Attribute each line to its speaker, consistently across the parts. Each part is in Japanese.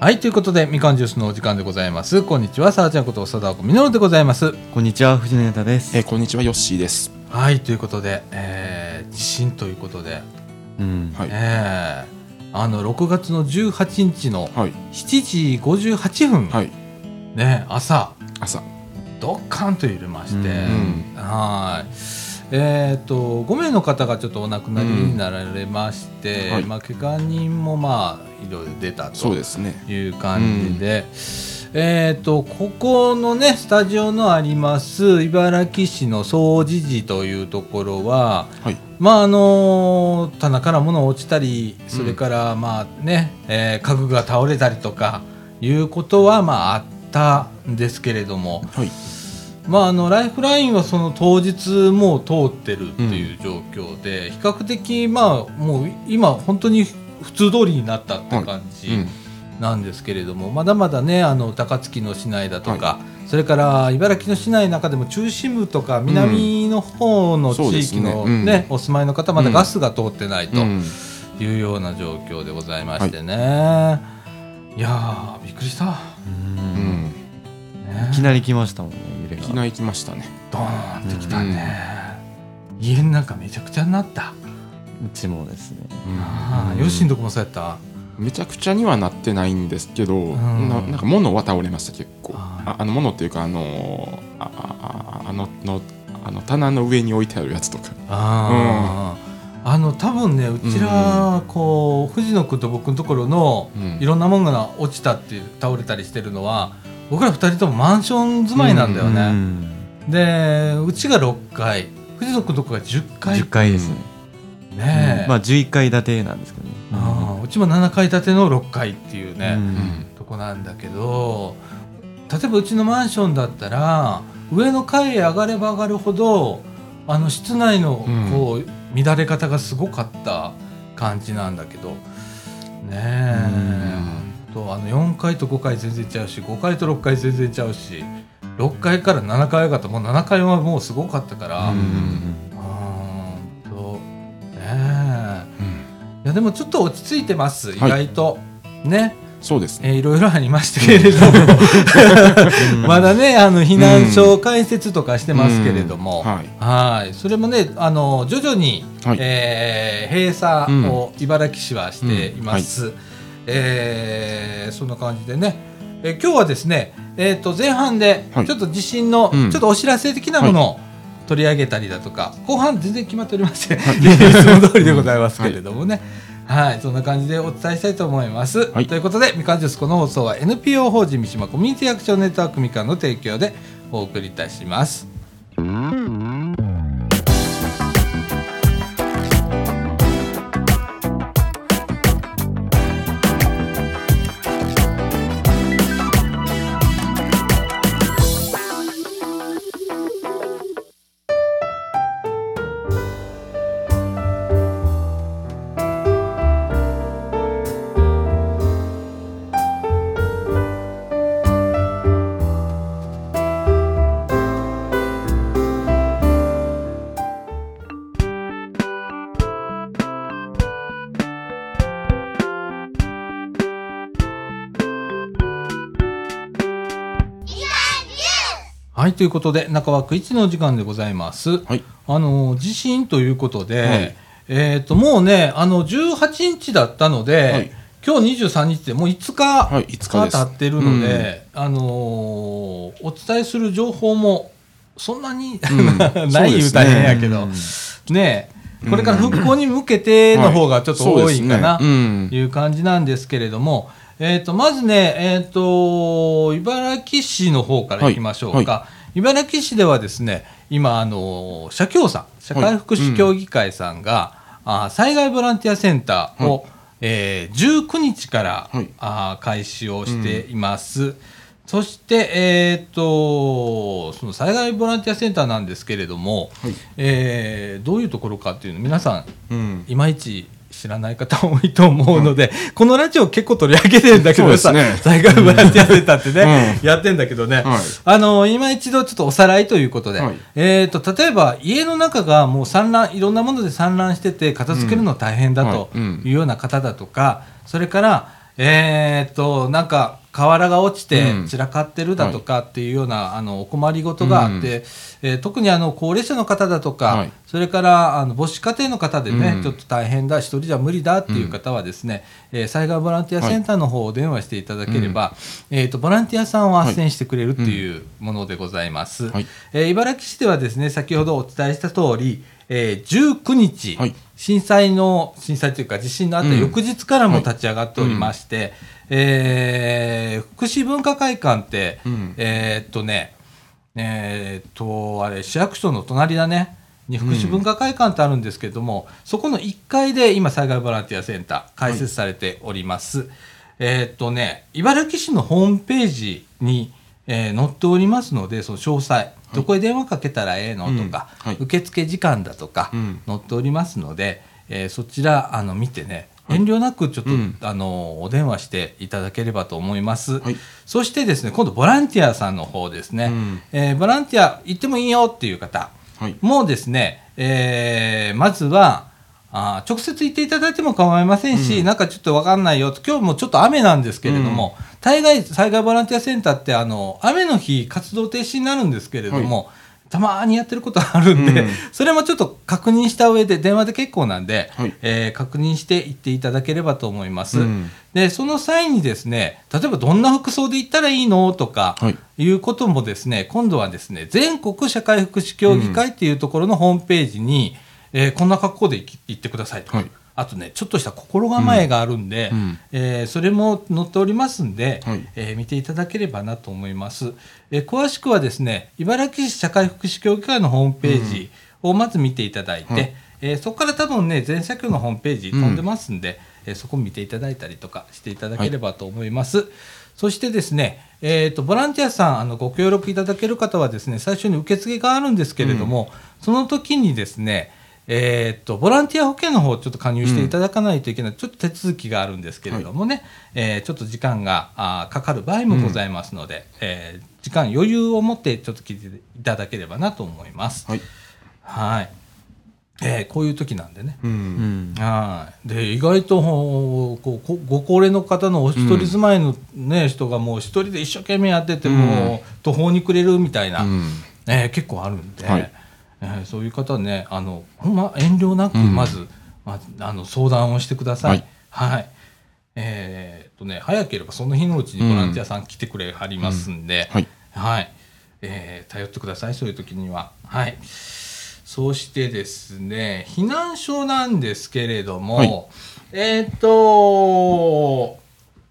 Speaker 1: はい、ということで、みかんジュースのお時間でございます。こんにちは、さあちゃんこと、さだおこみのるでございます。
Speaker 2: こんにちは藤野裕太です、
Speaker 3: えーこんにちはヨッシーです。
Speaker 1: はい、ということで、えー、地震ということで、
Speaker 2: うん
Speaker 3: はい
Speaker 1: えー、あの、6月の18日の
Speaker 3: はい
Speaker 1: 7時58分、
Speaker 3: はい
Speaker 1: ね、朝、
Speaker 3: 朝。
Speaker 1: ドッカンと揺れまして、
Speaker 2: うん
Speaker 1: はーい。えー、と5名の方がちょっとお亡くなりになられまして、
Speaker 3: うんはい
Speaker 1: まあ、怪我人もまあいろいろ出たと
Speaker 3: そうですね。
Speaker 1: いう感じで、えっ、とここのねスタジオのあります茨城市の総持寺というところは
Speaker 3: はい
Speaker 1: まああの棚から物落ちたりそれからまあね、えー家具が倒れたりとかいうことはまああったんですけれども、
Speaker 3: はい
Speaker 1: まあ、あのライフラインはその当日もう通ってるっていう状況で、比較的まあもう今本当に普通通りになったって感じ。
Speaker 3: うん
Speaker 1: なんですけれどもまだまだねあの高槻の市内だとか、それから茨城の市内の中でも中心部とか南の方の
Speaker 3: そう
Speaker 1: 地
Speaker 3: です
Speaker 1: 域
Speaker 3: ね
Speaker 1: の、ね
Speaker 3: うん
Speaker 1: お住まいの方まだ
Speaker 3: うん
Speaker 1: ガスが通ってないと
Speaker 3: うん
Speaker 1: いうような状況でございましてね、い、やーびっくりした、ね
Speaker 3: うん。
Speaker 2: いきなり来ましたもんね揺れ
Speaker 3: い
Speaker 2: が
Speaker 3: きなり来ましたね。
Speaker 1: ドーンってきたね、家の中めちゃくちゃになった、
Speaker 2: うちもですね
Speaker 1: あーよしんとこもそうやった
Speaker 3: めちゃくちゃにはなってないんですけど、
Speaker 1: ん
Speaker 3: ななんか物は倒れました結構。
Speaker 1: はい
Speaker 3: ああの物っていうかあのーああああののあの棚の上に置いてあるやつとか。
Speaker 1: あーあの多分ねうちらこう藤野君と僕のところの
Speaker 3: うん
Speaker 1: いろんなものが落ちたっていう倒れたりしてるのは僕ら二人ともマンション住まいなんだよ
Speaker 2: う
Speaker 1: ね、
Speaker 2: ん
Speaker 1: でうちが6階藤野君のとこが10階
Speaker 2: 10階ですね、
Speaker 1: ねえ、
Speaker 2: まあ11階建てなんですけどね
Speaker 1: あーうちも7階建ての6階っていうね、
Speaker 2: うん
Speaker 1: とこなんだけど例えばうちのマンションだったら上の階へ上がれば上がるほどあの室内の
Speaker 3: うん
Speaker 1: こう、乱れ方がすごかった感じなんだけどねえとあの4階と5階全然ちゃうし5階と6階全然ちゃうし6階から7階上がったもう7階はもうすごかったから
Speaker 2: う
Speaker 1: うんん
Speaker 2: うん
Speaker 1: とねえ
Speaker 3: うん
Speaker 1: いやでもちょっと落ち着いてます意
Speaker 3: はい
Speaker 1: 外と、ね
Speaker 3: そうですね。
Speaker 1: えーいろいろありましたけれど も、 まだね、あの避難所開設とかしてますけれども、
Speaker 3: うんはい
Speaker 1: はいそれもね、あの徐々に、
Speaker 3: はい
Speaker 1: えー閉鎖を茨城市はしています。えーそんな感じでね、えー今日はですね、えー、と前半で
Speaker 3: はい
Speaker 1: ちょっと地震の、
Speaker 3: うん
Speaker 1: ちょっとお知らせ的なものを、取り上げたりだとか後半全然決まっておりません、 いつも通りでございますけれどもね、はい、そんな感じでお伝えしたいと思います。
Speaker 3: はい
Speaker 1: ということで、みかんジュースこの放送は NPO 法人三島コミュニティアクションネットワークみかんの提供でお送りいたします。はい、ということで、中枠1のお時間でございます。
Speaker 3: はい
Speaker 1: あの、地震ということで、
Speaker 3: はい
Speaker 1: えっ、と、もうね、あの、18日だったので、
Speaker 3: はい
Speaker 1: 今日23日でもう5日、
Speaker 3: はい5日です
Speaker 1: 経ってるので、あのーお伝えする情報もそんなに、
Speaker 3: ん
Speaker 1: ない言うたら変やけど、
Speaker 2: そうで
Speaker 1: ねえこれから復興に向けての方がちょっと多いかな、
Speaker 3: はいそうですねうん
Speaker 1: いう感じなんですけれども、えー、とまずね、えー、と茨城市の方からいきましょうか、
Speaker 3: はいは
Speaker 1: 茨城市ではですね今あの社協さん社会福祉協議会さんが、あ災害ボランティアセンターを、えー19日から、
Speaker 3: はい
Speaker 1: あ開始をしています。そして、えー、とその災害ボランティアセンターなんですけれども、
Speaker 3: はい
Speaker 1: えーどういうところかっていうの皆さん
Speaker 3: うん。
Speaker 1: いまいち知らない方多いと思うので、このラジオ結構取り上げてるんだけどさ、
Speaker 3: そうですね
Speaker 1: 災害ボランティアセンターってね、
Speaker 3: う
Speaker 1: やってんだけどね、
Speaker 3: はい
Speaker 1: あの、今一度ちょっとおさらいということで、
Speaker 3: はい
Speaker 1: えっ、と、例えば家の中がもう散乱、いろんなもので散乱してて、片付けるの大変だと
Speaker 3: うんはいうん
Speaker 1: いうような方だとか、それから、えーっとなんか瓦が落ちて
Speaker 3: うん
Speaker 1: 散らかってるだとかっていうような、あのお困りごとがあって、えー特にあの高齢者の方だとか、
Speaker 3: はい
Speaker 1: それからあの母子家庭の方でね、
Speaker 3: うん
Speaker 1: ちょっと大変だ一人じゃ無理だっていう方はですね、えー災害ボランティアセンターの方をお電話していただければ、えーっとボランティアさんを斡旋してくれるっていうものでございます。
Speaker 3: はい
Speaker 1: えー茨城市ではですね先ほどお伝えした通り、えー19日、
Speaker 3: はい
Speaker 1: 震災の震災というか地震のあった翌日からも立ち上がっておりまして、えー福祉文化会館って、
Speaker 3: うん
Speaker 1: えーっとねえーっとあれ市役所の隣だねに福祉文化会館ってあるんですけれども、そこの1階で今災害ボランティアセンター開設されております、えーっとね茨城市のホームページに、えー載っておりますのでその詳細どこへ電話かけたらええのとか、
Speaker 3: うんはい
Speaker 1: 受付時間だとか、
Speaker 3: うん
Speaker 1: 載っておりますので、えーそちらあの見てね遠慮なくちょっと、
Speaker 3: うん
Speaker 1: あのお電話していただければと思います、
Speaker 3: はい
Speaker 1: そしてですね今度ボランティアさんの方ですね、
Speaker 3: うん
Speaker 1: えーボランティア行ってもいいよっていう方
Speaker 3: はい
Speaker 1: もうですね、えーまずはあー直接行っていただいても構いませんし、なんかちょっと分かんないよと今日もちょっと雨なんですけれども、大概災害ボランティアセンターってあの雨の日活動停止になるんですけれども、たまーにやってることあるんで、
Speaker 3: うん
Speaker 1: それもちょっと確認した上で電話で結構なんで、
Speaker 3: はい
Speaker 1: えー確認して行っていただければと思います。
Speaker 3: うん
Speaker 1: でその際にですね例えばどんな服装で行ったらいいのとか、
Speaker 3: はい
Speaker 1: いうこともですね、今度はですね、全国社会福祉協議会っていうところのホームページに、えーこんな格好で行き行ってくださいとか、
Speaker 3: はい
Speaker 1: あとね、ちょっとした心構えがあるんで、
Speaker 3: うんうん
Speaker 1: えーそれも載っておりますんで、
Speaker 3: はい
Speaker 1: えー見ていただければなと思います。えー詳しくはですね、茨城市社会福祉協議会のホームページをまず見ていただいて、
Speaker 3: はい
Speaker 1: えーそこから多分ね、全社協のホームページ飛んでますんで、えーそこ見ていただいたりとかしていただければと思います。そしてですね、えー、とボランティアさんあのご協力いただける方はですね最初に受付があるんですけれども、その時にですね、えー、とボランティア保険の方をちょっと加入していただかないといけない、ちょっと手続きがあるんですけれどもね、えーちょっと時間があーかかる場合もございますので、えー時間余裕を持ってちょっと聞いていただければなと思います。
Speaker 3: はい
Speaker 1: はいえーこういう時なんでね、
Speaker 3: うん
Speaker 2: うん
Speaker 1: はい、で意外とほうこうこご高齢の方のお一人住まいの、ね人がもう一人で一生懸命やってて、もう途方に暮れるみたいな、
Speaker 3: うん
Speaker 1: えー結構あるんで、
Speaker 3: はい
Speaker 1: えーそういう方はねあのほんま遠慮なく
Speaker 3: うん
Speaker 1: まず、まあ、あの相談をしてください。はい、えーっとね早ければその日のうちにボランティアさん来てくれはりますんで、
Speaker 3: はい
Speaker 1: はい、えー頼ってくださいそういう時にははいそしてですね避難所なんですけれども、
Speaker 3: はい
Speaker 1: えーっと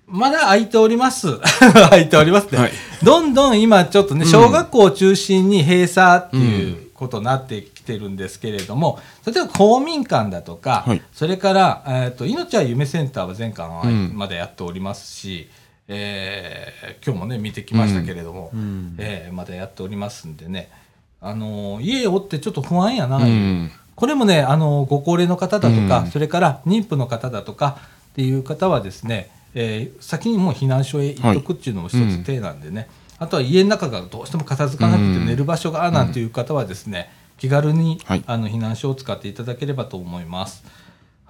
Speaker 1: まだ空いております。 空いておりますね、
Speaker 3: はい
Speaker 1: どんどん今ちょっとね、
Speaker 3: ん
Speaker 1: 小学校を中心に閉鎖っていうことになってきてるんですけれども、例えば公民館だとか、
Speaker 3: はい
Speaker 1: それから、えーっと、命は夢センターは全館は
Speaker 3: うん
Speaker 1: まだやっておりますし、えー今日もね、見てきましたけれども、
Speaker 2: うん
Speaker 1: えーまだやっておりますんでね、あのー家をってちょっと不安やな、
Speaker 3: うん
Speaker 1: これもね、あのご高齢の方だとか、
Speaker 3: うん
Speaker 1: それから妊婦の方だとかっていう方はですね、えー先にもう避難所へ行っとくっていうのも一つ手なんでね、あとは家の中がどうしても片付かなく
Speaker 3: う
Speaker 1: て
Speaker 3: ん
Speaker 1: 寝る場所があなんていう方はですね、気軽に、
Speaker 3: はい
Speaker 1: あの避難所を使っていただければと思います。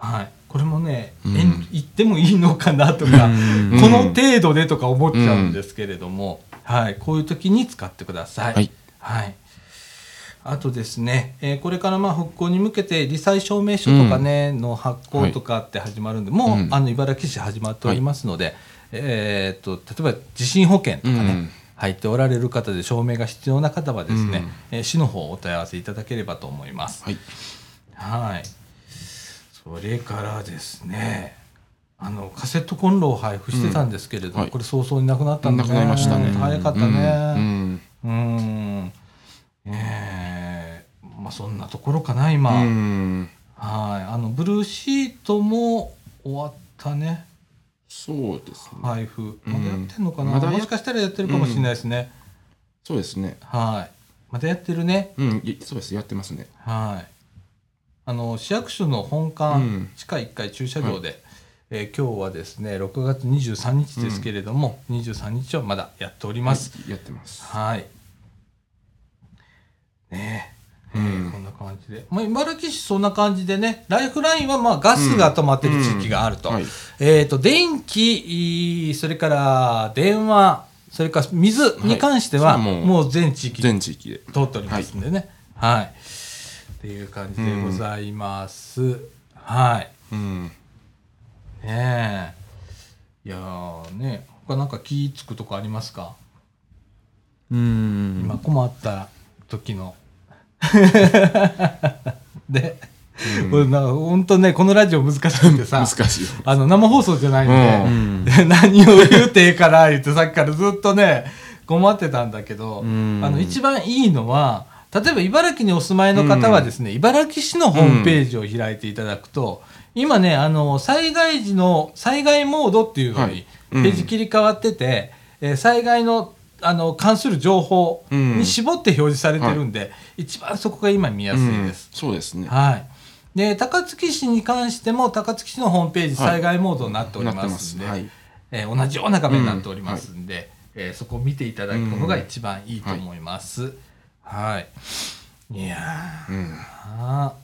Speaker 1: はい、これもね、
Speaker 3: うん
Speaker 1: えん行ってもいいのかなとか、
Speaker 2: うん
Speaker 1: この程度でとか思っちゃうんですけれども、はい、こういう時に使ってください。
Speaker 3: はい
Speaker 1: はいあとですね、えーこれからまあ復興に向けて、り災証明書とかね、の発行とかって始まるんで、もう、
Speaker 3: うん
Speaker 1: あの茨城市始まっておりますので、えーっと例えば地震保険とかね、
Speaker 3: うん
Speaker 1: 入っておられる方で証明が必要な方はですね、えー市の方をお問い合わせいただければと思います。
Speaker 3: はい
Speaker 1: はい。それからですね、あのカセットコンロを配布してたんですけれども、
Speaker 3: うんはい
Speaker 1: これ早々になくなったんで、
Speaker 3: なくなりましたね
Speaker 1: 早かった
Speaker 3: う
Speaker 1: ね。
Speaker 3: ん
Speaker 1: うん。えーまあそんなところかな今。
Speaker 3: うん
Speaker 1: はい。あのブルーシートも終わったね。
Speaker 3: そうですね
Speaker 1: 配布まだやってんのかな、
Speaker 3: うんまだや
Speaker 1: もしかしたらやってるかもしれないですね、
Speaker 3: そうですね
Speaker 1: はいまだやってるね
Speaker 3: うんいそうですやってますね
Speaker 1: はい。あの市役所の本館、
Speaker 3: うん
Speaker 1: 地下1階駐車場で、えー今日はですね6月23日ですけれども、23日はまだやっております。
Speaker 3: はいやってます
Speaker 1: はい。ねえ、
Speaker 3: うん
Speaker 1: こんな感じで、まあ、茨城市そんな感じでねライフラインはまあガスが止まってる地域があると,、
Speaker 3: はい
Speaker 1: えー、と電気いいそれから電話それから水に関しては
Speaker 3: はいそれはもう
Speaker 1: もう全地域
Speaker 3: 全地域で
Speaker 1: 通っておりますんでねはい、っていう感じでございます、はい
Speaker 3: うん
Speaker 1: ねえいやーね他なんか気つくとこありますか、
Speaker 2: うん
Speaker 1: 今困った時の で、これなんか本当ねこのラジオ難しくてさ
Speaker 3: 難しいよ
Speaker 1: あの生放送じゃないの
Speaker 3: う
Speaker 1: で、
Speaker 2: ん
Speaker 1: 何を言うてええから言ってさっきからずっとね困ってたんだけど、
Speaker 2: ん
Speaker 1: あの一番いいのは例えば茨城にお住まいの方はですね、茨城市のホームページを開いていただくと、今ねあの災害時の災害モードっていうの
Speaker 3: は
Speaker 1: に
Speaker 3: い
Speaker 1: ページ切り替わってて、えー災害のあの関する情報に絞って表示されてるんで、一番そこが今見やすいです。
Speaker 3: うんそうですね
Speaker 1: はい。で高槻市に関しても高槻市のホームページ
Speaker 3: は
Speaker 1: 災
Speaker 3: い
Speaker 1: 害モードになっており
Speaker 3: なって
Speaker 1: ま
Speaker 3: ますす
Speaker 1: んで、
Speaker 3: はい
Speaker 1: えー同じような画面になっておりますんで、えーそこを見ていただくのが一番いいと思います。はい、い。や
Speaker 3: うん
Speaker 1: ーあ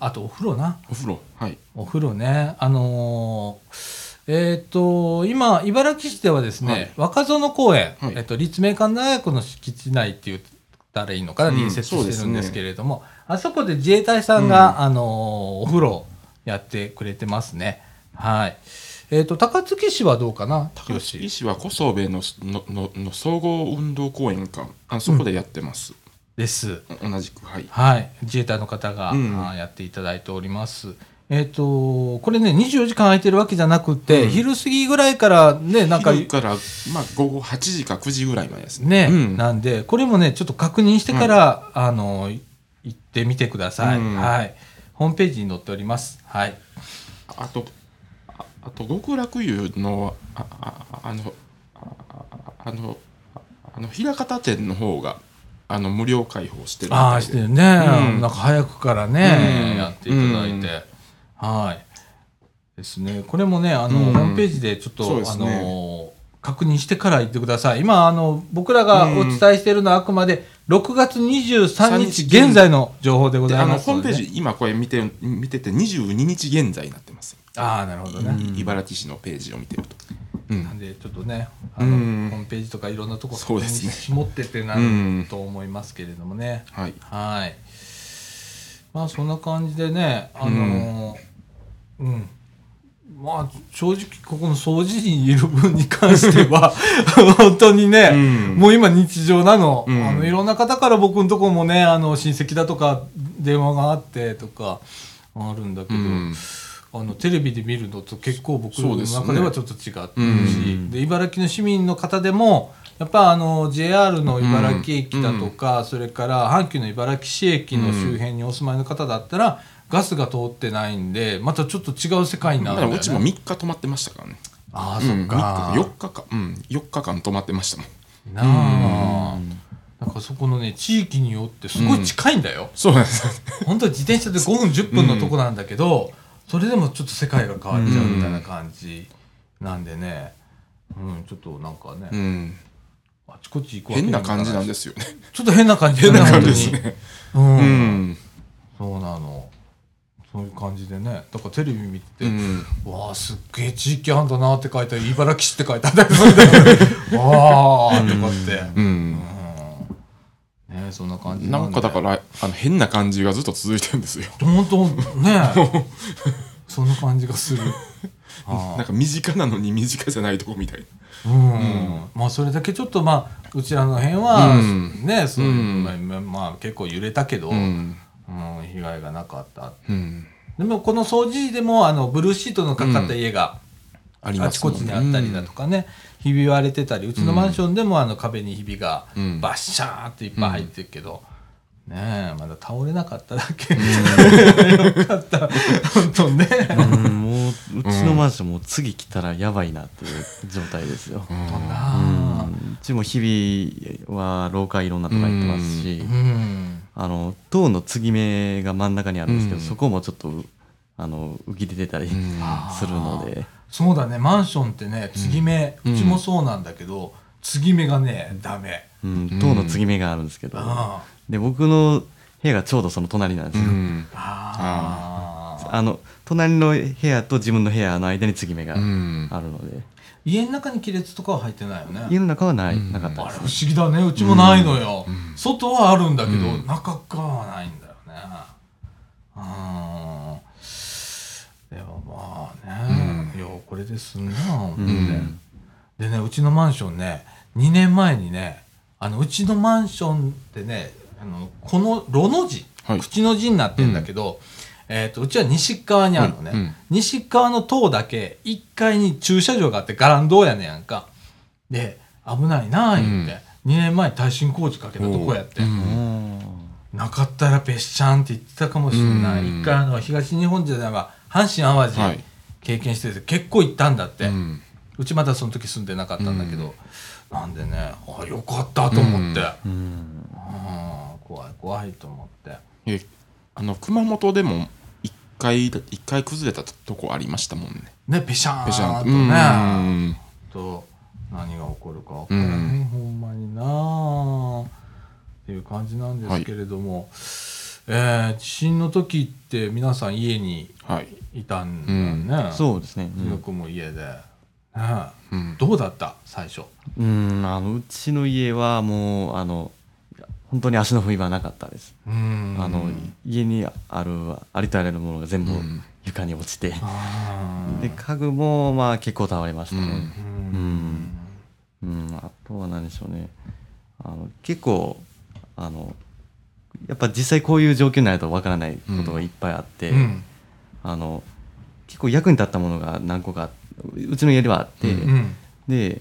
Speaker 1: あとお風呂な
Speaker 3: お風呂はい
Speaker 1: お風呂ねあのーえっ、と今茨城市ではですね、
Speaker 3: はい
Speaker 1: 若園公園、
Speaker 3: はい
Speaker 1: えっと立命館大学の敷地内って言ったらいいのかな、
Speaker 3: うん
Speaker 1: 隣接して
Speaker 3: そうです
Speaker 1: るん
Speaker 3: ね
Speaker 1: ですけれども、あそこで自衛隊さんが、あのーお風呂をやってくれてますねはいえっ、と高槻市はどうかな高
Speaker 3: 高槻市は小宗部のののの総合運動公園館あそこでやってます、
Speaker 1: です
Speaker 3: 同じくはい
Speaker 1: はい、自衛隊の方が、
Speaker 3: うん
Speaker 1: あーやっていただいております。えっ、と、これね、24時間空いてるわけじゃなくて、
Speaker 3: うん
Speaker 1: 昼過ぎぐらいからね、なんか、
Speaker 3: 昼から、まあ、午後8時か9時ぐらいまでですね
Speaker 1: ね、
Speaker 3: うん
Speaker 1: なんで、これもね、ちょっと確認してから、あの、い行ってみてください、
Speaker 3: うん
Speaker 1: はい。ホームページに載っております。はい。
Speaker 3: あと、ああと極楽湯の、ああああの、あああの、ああの、平方店の方が、あの、無料開放してるみ
Speaker 1: あ
Speaker 3: た
Speaker 1: あ、
Speaker 3: い
Speaker 1: して
Speaker 3: で。
Speaker 1: るね、
Speaker 3: う
Speaker 1: なん
Speaker 3: ん
Speaker 1: か早くからね、
Speaker 3: うん
Speaker 1: やっていただいて。はい。ですね。これもね、あの、
Speaker 3: うん
Speaker 1: ホームページでちょっ
Speaker 3: そう
Speaker 1: と、
Speaker 3: です
Speaker 1: あ
Speaker 3: ね
Speaker 1: の、確認してから行ってください。今、あの、僕らがお伝えしているのはあくまで、6月23日現在の情報でご
Speaker 3: で
Speaker 1: ざ
Speaker 3: あ
Speaker 1: い
Speaker 3: の、
Speaker 1: ます
Speaker 3: ホー
Speaker 1: の
Speaker 3: ムペ
Speaker 1: で、
Speaker 3: ー
Speaker 1: ね。
Speaker 3: ジ、今これ見て、見てて22日現在になってます。
Speaker 1: ああ、なるほどね。
Speaker 3: い茨城市のページを見てると。うん
Speaker 1: なんでちょっとねあの、
Speaker 3: うん
Speaker 1: ホームページとかいろんなとこ
Speaker 3: そうですね
Speaker 1: 持ってってなると思いますけれどもね、
Speaker 3: はい。
Speaker 1: はいまあそんな感じでねあのーうん、まあ正直ここの掃除時にいる分に関して は本当にね、
Speaker 3: うん
Speaker 1: もう今日常なの,、
Speaker 3: うん
Speaker 1: あのいろんな方から僕のとこもねあの親戚だとか電話があってとかあるんだけど、
Speaker 3: うん
Speaker 1: あのテレビで見るのと結構僕
Speaker 3: そ
Speaker 1: の
Speaker 3: うですね
Speaker 1: 中ではちょっと違ってるしで,、
Speaker 2: うん
Speaker 1: 茨城の市民の方でもやっぱあの JR の茨城駅だとか、それから阪急の茨城市駅の周辺にお住まいの方だったら、ガスが通ってないんでまたちょっと違う世界にな
Speaker 3: だ
Speaker 1: る
Speaker 3: か
Speaker 1: んだよ、ね、
Speaker 3: らうちも3日泊まってましたからね。
Speaker 1: ああ
Speaker 3: う
Speaker 1: そ
Speaker 3: ん
Speaker 1: っ
Speaker 3: 3日
Speaker 1: か、
Speaker 3: 4日か。うん、4日間泊まってましたもん。
Speaker 1: なあ、なんかそこのね地域によってすごい近いんだよ、
Speaker 3: そうなんです。
Speaker 1: 本当は自転車で5分10分のとこなんだけど、それでもちょっと世界が変わっちゃうみたいな感じなんでね、うん、ちょっとなんかね、
Speaker 3: うん。
Speaker 1: あちこち行くわけ
Speaker 3: 変な感じなん
Speaker 1: で
Speaker 3: ですよね。
Speaker 1: ちょっと変な感じだ
Speaker 3: 変
Speaker 1: ね
Speaker 3: な感じですね。
Speaker 1: 本当に、
Speaker 3: う
Speaker 1: うん
Speaker 3: ん。
Speaker 1: そうなのそういう感じでねだからテレビ見てて、
Speaker 3: うん。
Speaker 1: わあすっげえ地域あんだなって書いてある茨城市って書いてあったりするんだよね わあとかって、
Speaker 3: う
Speaker 1: うんねそんな感じ
Speaker 3: なんかだかららあの変な感じがずっと続いてるんですよ。
Speaker 1: 本当 ねそんな感じがするあ
Speaker 3: なんか身近なのに身近じゃないとこみたいな。
Speaker 1: うんまあそれだけちょっとまあうちらの辺は、
Speaker 3: うん
Speaker 1: ねそう
Speaker 3: うん
Speaker 1: まあまあ、まあ、結構揺れたけど、
Speaker 3: ん。
Speaker 1: うん被害がなかった
Speaker 3: うん。
Speaker 1: でもこの掃除時でもあのブルーシートのかかった家が
Speaker 3: あり
Speaker 1: あ
Speaker 3: ま
Speaker 1: ち
Speaker 3: す
Speaker 1: こ
Speaker 3: もん
Speaker 1: ちにあったりだとかね、ひび割れてたりうちのマンションでもあの壁にひびが
Speaker 3: うん
Speaker 1: バッシャーっていっぱい入ってるけど、ねえまだ倒れなかっただけ、 よかった本当ね、
Speaker 2: うんもううちのマンションも次来たらやばいなっていう状態ですよ、
Speaker 3: うん
Speaker 1: そん
Speaker 2: う、
Speaker 1: なん
Speaker 2: うちも日々は廊下いろんなとこ行ってますし、
Speaker 1: うん
Speaker 2: あの塔の継ぎ目が真ん中にあるんですけど、
Speaker 3: うん
Speaker 2: そこもちょっとあの浮き出てたりする
Speaker 3: うん
Speaker 2: ので、
Speaker 1: そうだねマンションってね継ぎ目、う
Speaker 3: うん
Speaker 1: ちもそうなんだけど継ぎ目がねダメ
Speaker 2: うん、塔の継ぎ目があるんですけど、
Speaker 1: あ
Speaker 2: で僕の部屋がちょうどその隣なんですよ、
Speaker 3: ん
Speaker 1: あー
Speaker 2: あの隣の部屋と自分の部屋の間に継ぎ目が
Speaker 3: うん
Speaker 2: あるので、
Speaker 1: 家の中に亀裂とかは入ってないよね
Speaker 2: 家の中はない、
Speaker 3: うん
Speaker 2: なかった
Speaker 1: あ
Speaker 2: で
Speaker 1: れ不
Speaker 2: す
Speaker 1: 思議だねうちもないのよ、
Speaker 3: うん
Speaker 1: 外はあるんだけど、
Speaker 3: うん
Speaker 1: 中側はないんだよねうんでもまあね、いやこれで済んだな思って、
Speaker 2: うん
Speaker 1: でねうちのマンションね2年前にねあのうちのマンションってねあのこの「炉の字」
Speaker 3: はい
Speaker 1: 口の字になってんだけど、えー、とうちは西側にあるのね、
Speaker 3: うんうん
Speaker 1: 西側の塔だけ1階に駐車場があってガランドやねんやんかで危ないなあ言って、2年前に耐震工事かけたとこやって、
Speaker 3: うん
Speaker 1: なかったらべっしゃんって言ってたかもしれない、
Speaker 3: うん
Speaker 1: 一回あの東日本時代は阪神・淡
Speaker 3: は
Speaker 1: 路
Speaker 3: い
Speaker 1: 経験してて結構行ったんだって、う
Speaker 3: うん
Speaker 1: ちまだその時住んでなかったんだけど、なんでねあよかったと思って、
Speaker 2: うん
Speaker 1: うん怖い怖いと思って
Speaker 3: えあの熊本でも一回一回崩れたとこありましたもんね。
Speaker 1: ねべしゃ
Speaker 3: ペシ
Speaker 1: ー
Speaker 3: ャン
Speaker 1: ん
Speaker 3: と
Speaker 1: とね。
Speaker 3: うん
Speaker 1: と何が起こるか分からへん、
Speaker 3: うん
Speaker 1: ほんまになあっていう感じなんですけれども、えー地震の時って皆さん家に
Speaker 3: はい。
Speaker 1: いたんだよね、
Speaker 2: そうですね、うん
Speaker 1: 僕も家で、ねえ
Speaker 3: うん
Speaker 1: どうだった最初
Speaker 2: うんあのうちの家はもうあの本当に足の踏み場はなかったです、
Speaker 1: うん
Speaker 2: あの家にあるありとあらゆるものが全部
Speaker 3: うん
Speaker 2: 床に落ちて、
Speaker 1: あー
Speaker 2: で家具もまあ結構倒れましたね、
Speaker 1: う
Speaker 2: うんうんあとは何でしょうねあの結構あのやっぱ実際こういう状況になるとわからないことがいっぱいあって、
Speaker 1: うん
Speaker 2: あの結構役に立ったものが何個かうちの家ではあって、
Speaker 3: う
Speaker 1: うん
Speaker 2: で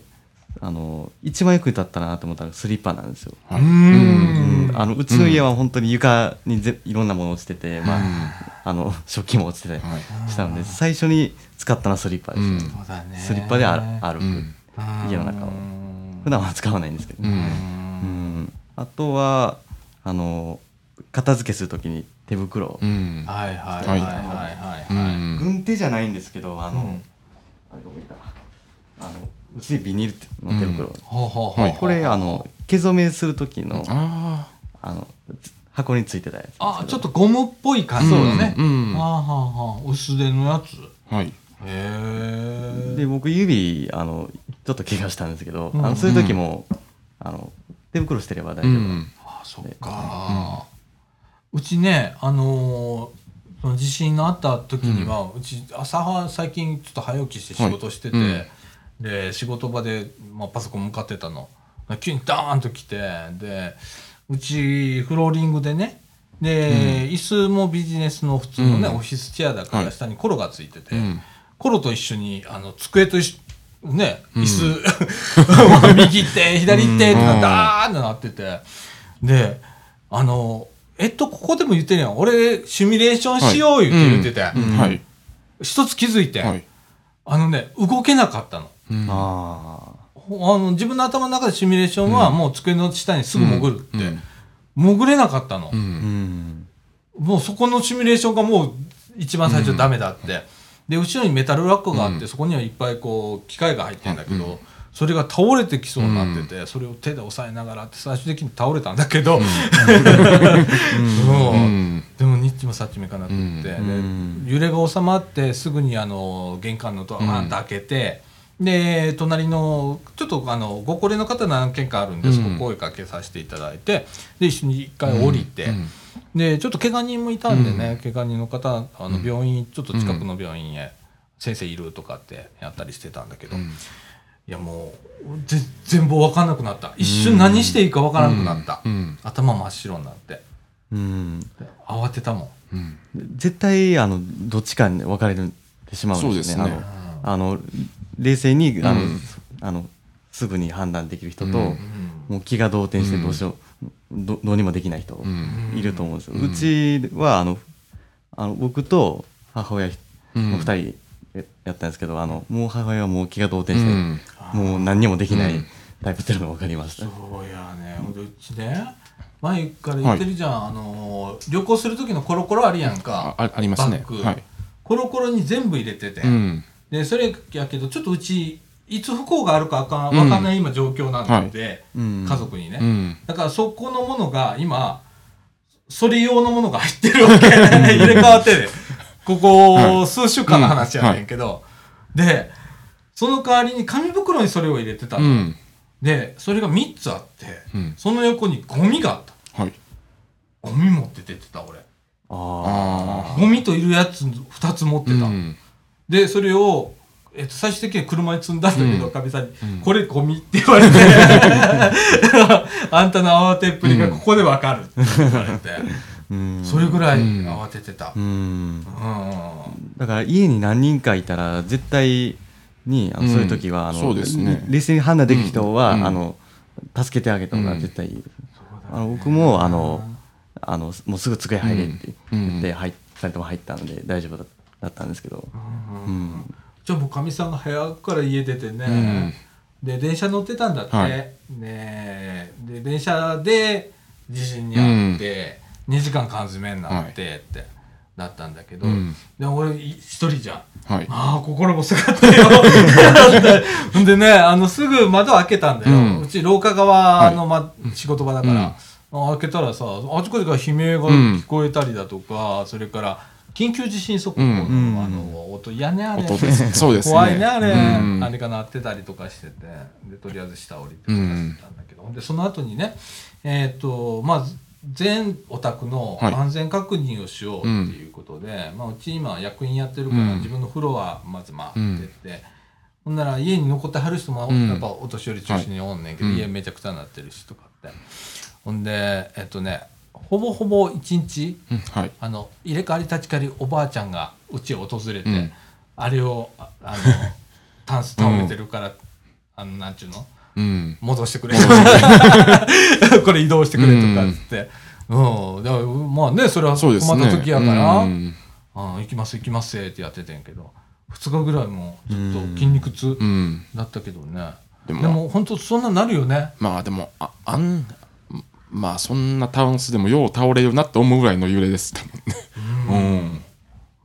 Speaker 2: あの一番役に立ったなと思ったのがスリッパなんですよ。
Speaker 1: う
Speaker 3: うん
Speaker 1: ん
Speaker 2: あのうちの家は本当に床にぜいろんなもの落ちてて、
Speaker 3: う
Speaker 2: まあ、
Speaker 3: ん
Speaker 2: あの食器も落ちてたり
Speaker 3: はい。
Speaker 2: したので
Speaker 1: うん
Speaker 2: 最初に使ったのはスリッパですね、
Speaker 1: そうだね
Speaker 2: スリッパであ歩く、
Speaker 3: うん
Speaker 2: 家の中を
Speaker 1: うん
Speaker 2: 普段は使わないんですけど、
Speaker 3: う
Speaker 2: うんん
Speaker 1: うん
Speaker 2: あとはあの片付けするときに手袋、
Speaker 3: うん
Speaker 1: はいはいはいはいはいはい
Speaker 3: うん
Speaker 2: 軍手じゃないんですけどあの、
Speaker 1: うん
Speaker 2: あれどこ行ったあのうちにビニールの手袋、
Speaker 3: うん
Speaker 1: ほうほうほう
Speaker 3: はい
Speaker 2: これあの毛染めする時の
Speaker 3: あ
Speaker 2: あのつ箱についてたやつ
Speaker 1: あちょっとゴムっぽい感じだね
Speaker 3: うんうん
Speaker 1: はあはあはあ薄手のやつ
Speaker 3: あはい。
Speaker 1: へ
Speaker 2: で
Speaker 1: え
Speaker 2: 僕指あのちょっと怪我したんですけど、
Speaker 1: うん
Speaker 2: あのそういう時も、あの手袋してれば大
Speaker 3: う
Speaker 2: 丈夫、
Speaker 3: ん
Speaker 1: あそっかうちねあのーその地震のあった時にはうち朝は最近ちょっと早起きして仕事してて
Speaker 3: はい
Speaker 1: で仕事場でまあパソコン向かってたの急にダーンと来てでうちフローリングでねで椅子もビジネスの普通のね
Speaker 3: うん
Speaker 1: オフィスチェアだか
Speaker 3: は
Speaker 1: ら
Speaker 3: い
Speaker 1: 下にコロがついてて
Speaker 3: うん
Speaker 1: コロと一緒にあの机と一緒ね
Speaker 3: ん
Speaker 1: 椅子、 右手左手ってな
Speaker 3: う
Speaker 1: っ
Speaker 3: ん
Speaker 1: てあーってなっててであのえっとここでも言ってるやん俺シミュレーションしよう言って言ってて、
Speaker 3: うんはい。
Speaker 1: 一つ気づいて、
Speaker 3: はい。
Speaker 1: あのね動けなかったの。
Speaker 3: うん
Speaker 2: ああ
Speaker 1: ほあの自分の頭の中でシミュレーションはもう机の下にすぐ潜るって、
Speaker 3: うん
Speaker 1: 潜れなかったの、
Speaker 3: うん
Speaker 2: うん
Speaker 1: もうそこのシミュレーションがもう一番最初ダメだって、で後ろにメタルラックがあって、
Speaker 3: うん
Speaker 1: そこにはいっぱいこう機械が入ってるんだけど、
Speaker 3: うん
Speaker 1: それが倒れてきそうになってて、それを手で押さえながらって最終的に倒れたんだけ ど、そう
Speaker 3: うん
Speaker 1: でもニッチもサッチもいかなくって、
Speaker 3: うん
Speaker 1: で
Speaker 2: うん
Speaker 1: 揺れが収まってすぐにあの玄関のドアバンと開けて、で隣のちょっとあのご高齢の方何軒かあるんでそこ
Speaker 3: うん
Speaker 1: 声かけさせていただいてで一緒に一回降りて。
Speaker 3: うん
Speaker 1: でちょっと怪我人もいたんでね、
Speaker 3: うん
Speaker 1: 怪我人の方あの
Speaker 3: うん
Speaker 1: 病院、ちょっと近くの病院へ、先生いるとかってやったりしてたんだけど、
Speaker 3: う
Speaker 1: い
Speaker 3: ん
Speaker 1: やもうぜ全貌わかんなくなった一瞬何していいかわからなくなった、
Speaker 3: うん
Speaker 1: 頭真っ白になって
Speaker 2: うん
Speaker 1: で慌てたもん、
Speaker 3: うん
Speaker 2: 絶対あのどっちかに分かれてしまうんですね
Speaker 3: そうですね
Speaker 2: あのあの冷静にあの、
Speaker 3: うん
Speaker 2: あのすぐに判断できる人と、
Speaker 3: うん
Speaker 1: うん
Speaker 2: もう気が動転してどうしよう、どどうにもできない人、
Speaker 3: うん
Speaker 2: いると思うんですよ、
Speaker 3: う
Speaker 2: うんちはあのあの僕と母親
Speaker 3: うん
Speaker 2: の2人やったんですけど、あのもう母親はもう気が動転
Speaker 3: う
Speaker 2: して、
Speaker 3: ん
Speaker 2: もう何にもできな
Speaker 3: う
Speaker 2: い
Speaker 3: ん
Speaker 2: タイプっていうのが分かりました、
Speaker 1: そうやねほんでうちね前から言ってるじゃん、あのー旅行する時のコロコロあるやん
Speaker 3: あ
Speaker 1: か
Speaker 3: あありますね
Speaker 1: バッグ、
Speaker 3: はい
Speaker 1: コロコロに全部入れてて、
Speaker 3: うん
Speaker 1: でそれやけどちょっとうちいつ不幸があるかあかんわかんない今状況なので、
Speaker 2: うん
Speaker 1: 家族にね、
Speaker 3: うん
Speaker 1: だからそこのものが今それ用のものが入ってるわけ入れ替わってねこ
Speaker 3: は
Speaker 1: こ数週間の話やねんけど、でその代わりに紙袋にそれを入れてた
Speaker 3: う
Speaker 1: の、
Speaker 3: ん。
Speaker 1: でそれが3つあって、
Speaker 3: うん
Speaker 1: その横にゴミがあった
Speaker 3: はい。
Speaker 1: ゴミ持って出てた俺
Speaker 2: あ
Speaker 1: ゴミといるやつ2つ持って
Speaker 3: う
Speaker 1: た、
Speaker 3: ん。
Speaker 1: でそれを、えっと、最終的には車に積んだんだけ
Speaker 3: う
Speaker 1: ど
Speaker 3: ん
Speaker 1: かみ、さんに、
Speaker 3: うん
Speaker 1: これゴミ」って言われて あんたの慌てっぷりがここでわかるって言われて、
Speaker 2: あうん
Speaker 1: それぐらい
Speaker 3: うん
Speaker 1: 慌ててた
Speaker 2: う、ん
Speaker 1: うん
Speaker 2: だから家に何人かいたら絶対にあの、
Speaker 3: うん
Speaker 2: そういう時はあの
Speaker 3: そうですね
Speaker 2: 冷静に判断できる人は、
Speaker 3: うん
Speaker 2: あの助けてあげた方が絶対いい、あの僕もあのあのもうすぐ机入れって言って入っ2人とも入ったので大丈夫だだったんですけど、うん
Speaker 1: じゃあもうかみさんが早くから家出てね、で電車乗ってたんだって、
Speaker 3: はい
Speaker 1: ねで電車で地震にあって、2時間缶詰になってって、なったんだけど、
Speaker 3: うん
Speaker 1: で俺い一人じゃん
Speaker 3: はい。
Speaker 1: ああ、心もすがったよ。 ほんでね、あの、すぐ窓開けたんだよ。
Speaker 3: う
Speaker 1: うんち、廊下側の、ま、仕事場だから、あ開けたらさ、あちこちから悲鳴が聞こえたりだとか、それから、緊急地震速報の,、
Speaker 2: うん
Speaker 1: あの音、屋根あれ、
Speaker 3: 音です。 そうですね。
Speaker 1: 怖いね、あれ。
Speaker 3: うん
Speaker 1: あれが鳴ってたりとかしてて、で、とりあえず下降りてとかしてたんだけど、ほんで、その後にね、えっ、と、まあ、全お宅の
Speaker 3: はい
Speaker 1: 安全確認をしようっていうことで、まあ、うち今役員やってるから、
Speaker 3: うん
Speaker 1: 自分のフロアまず回ってって、ほんなら家に残ってはる人も
Speaker 3: うん
Speaker 1: やっぱお年寄り中心におんねんけど、
Speaker 3: はい
Speaker 1: 家めちゃくちゃになってるしとかって、ほんでえっとねほぼほぼ一日
Speaker 3: うんはい。
Speaker 1: あの入れ替わり立ち替わりおばあちゃんがうちを訪れて、
Speaker 3: うん
Speaker 1: あれをああ のタンス倒れてるから、あのなんちゅうの
Speaker 3: うん。
Speaker 1: 戻してくれ これ移動してくれとかっつって、うんだからまあねそれは
Speaker 3: そ
Speaker 1: 困
Speaker 3: うですね。
Speaker 1: った時やから、
Speaker 3: うん
Speaker 1: あ行きます行きますってやっててんけど2日ぐらいもうずっと筋肉痛
Speaker 3: うん。
Speaker 1: だったけどね、
Speaker 3: でも
Speaker 1: でも本当そんななるよね
Speaker 3: まあでも、あ、あん、まあそんなタウンスでもよう倒れるなって思うぐらいの揺れです。うん。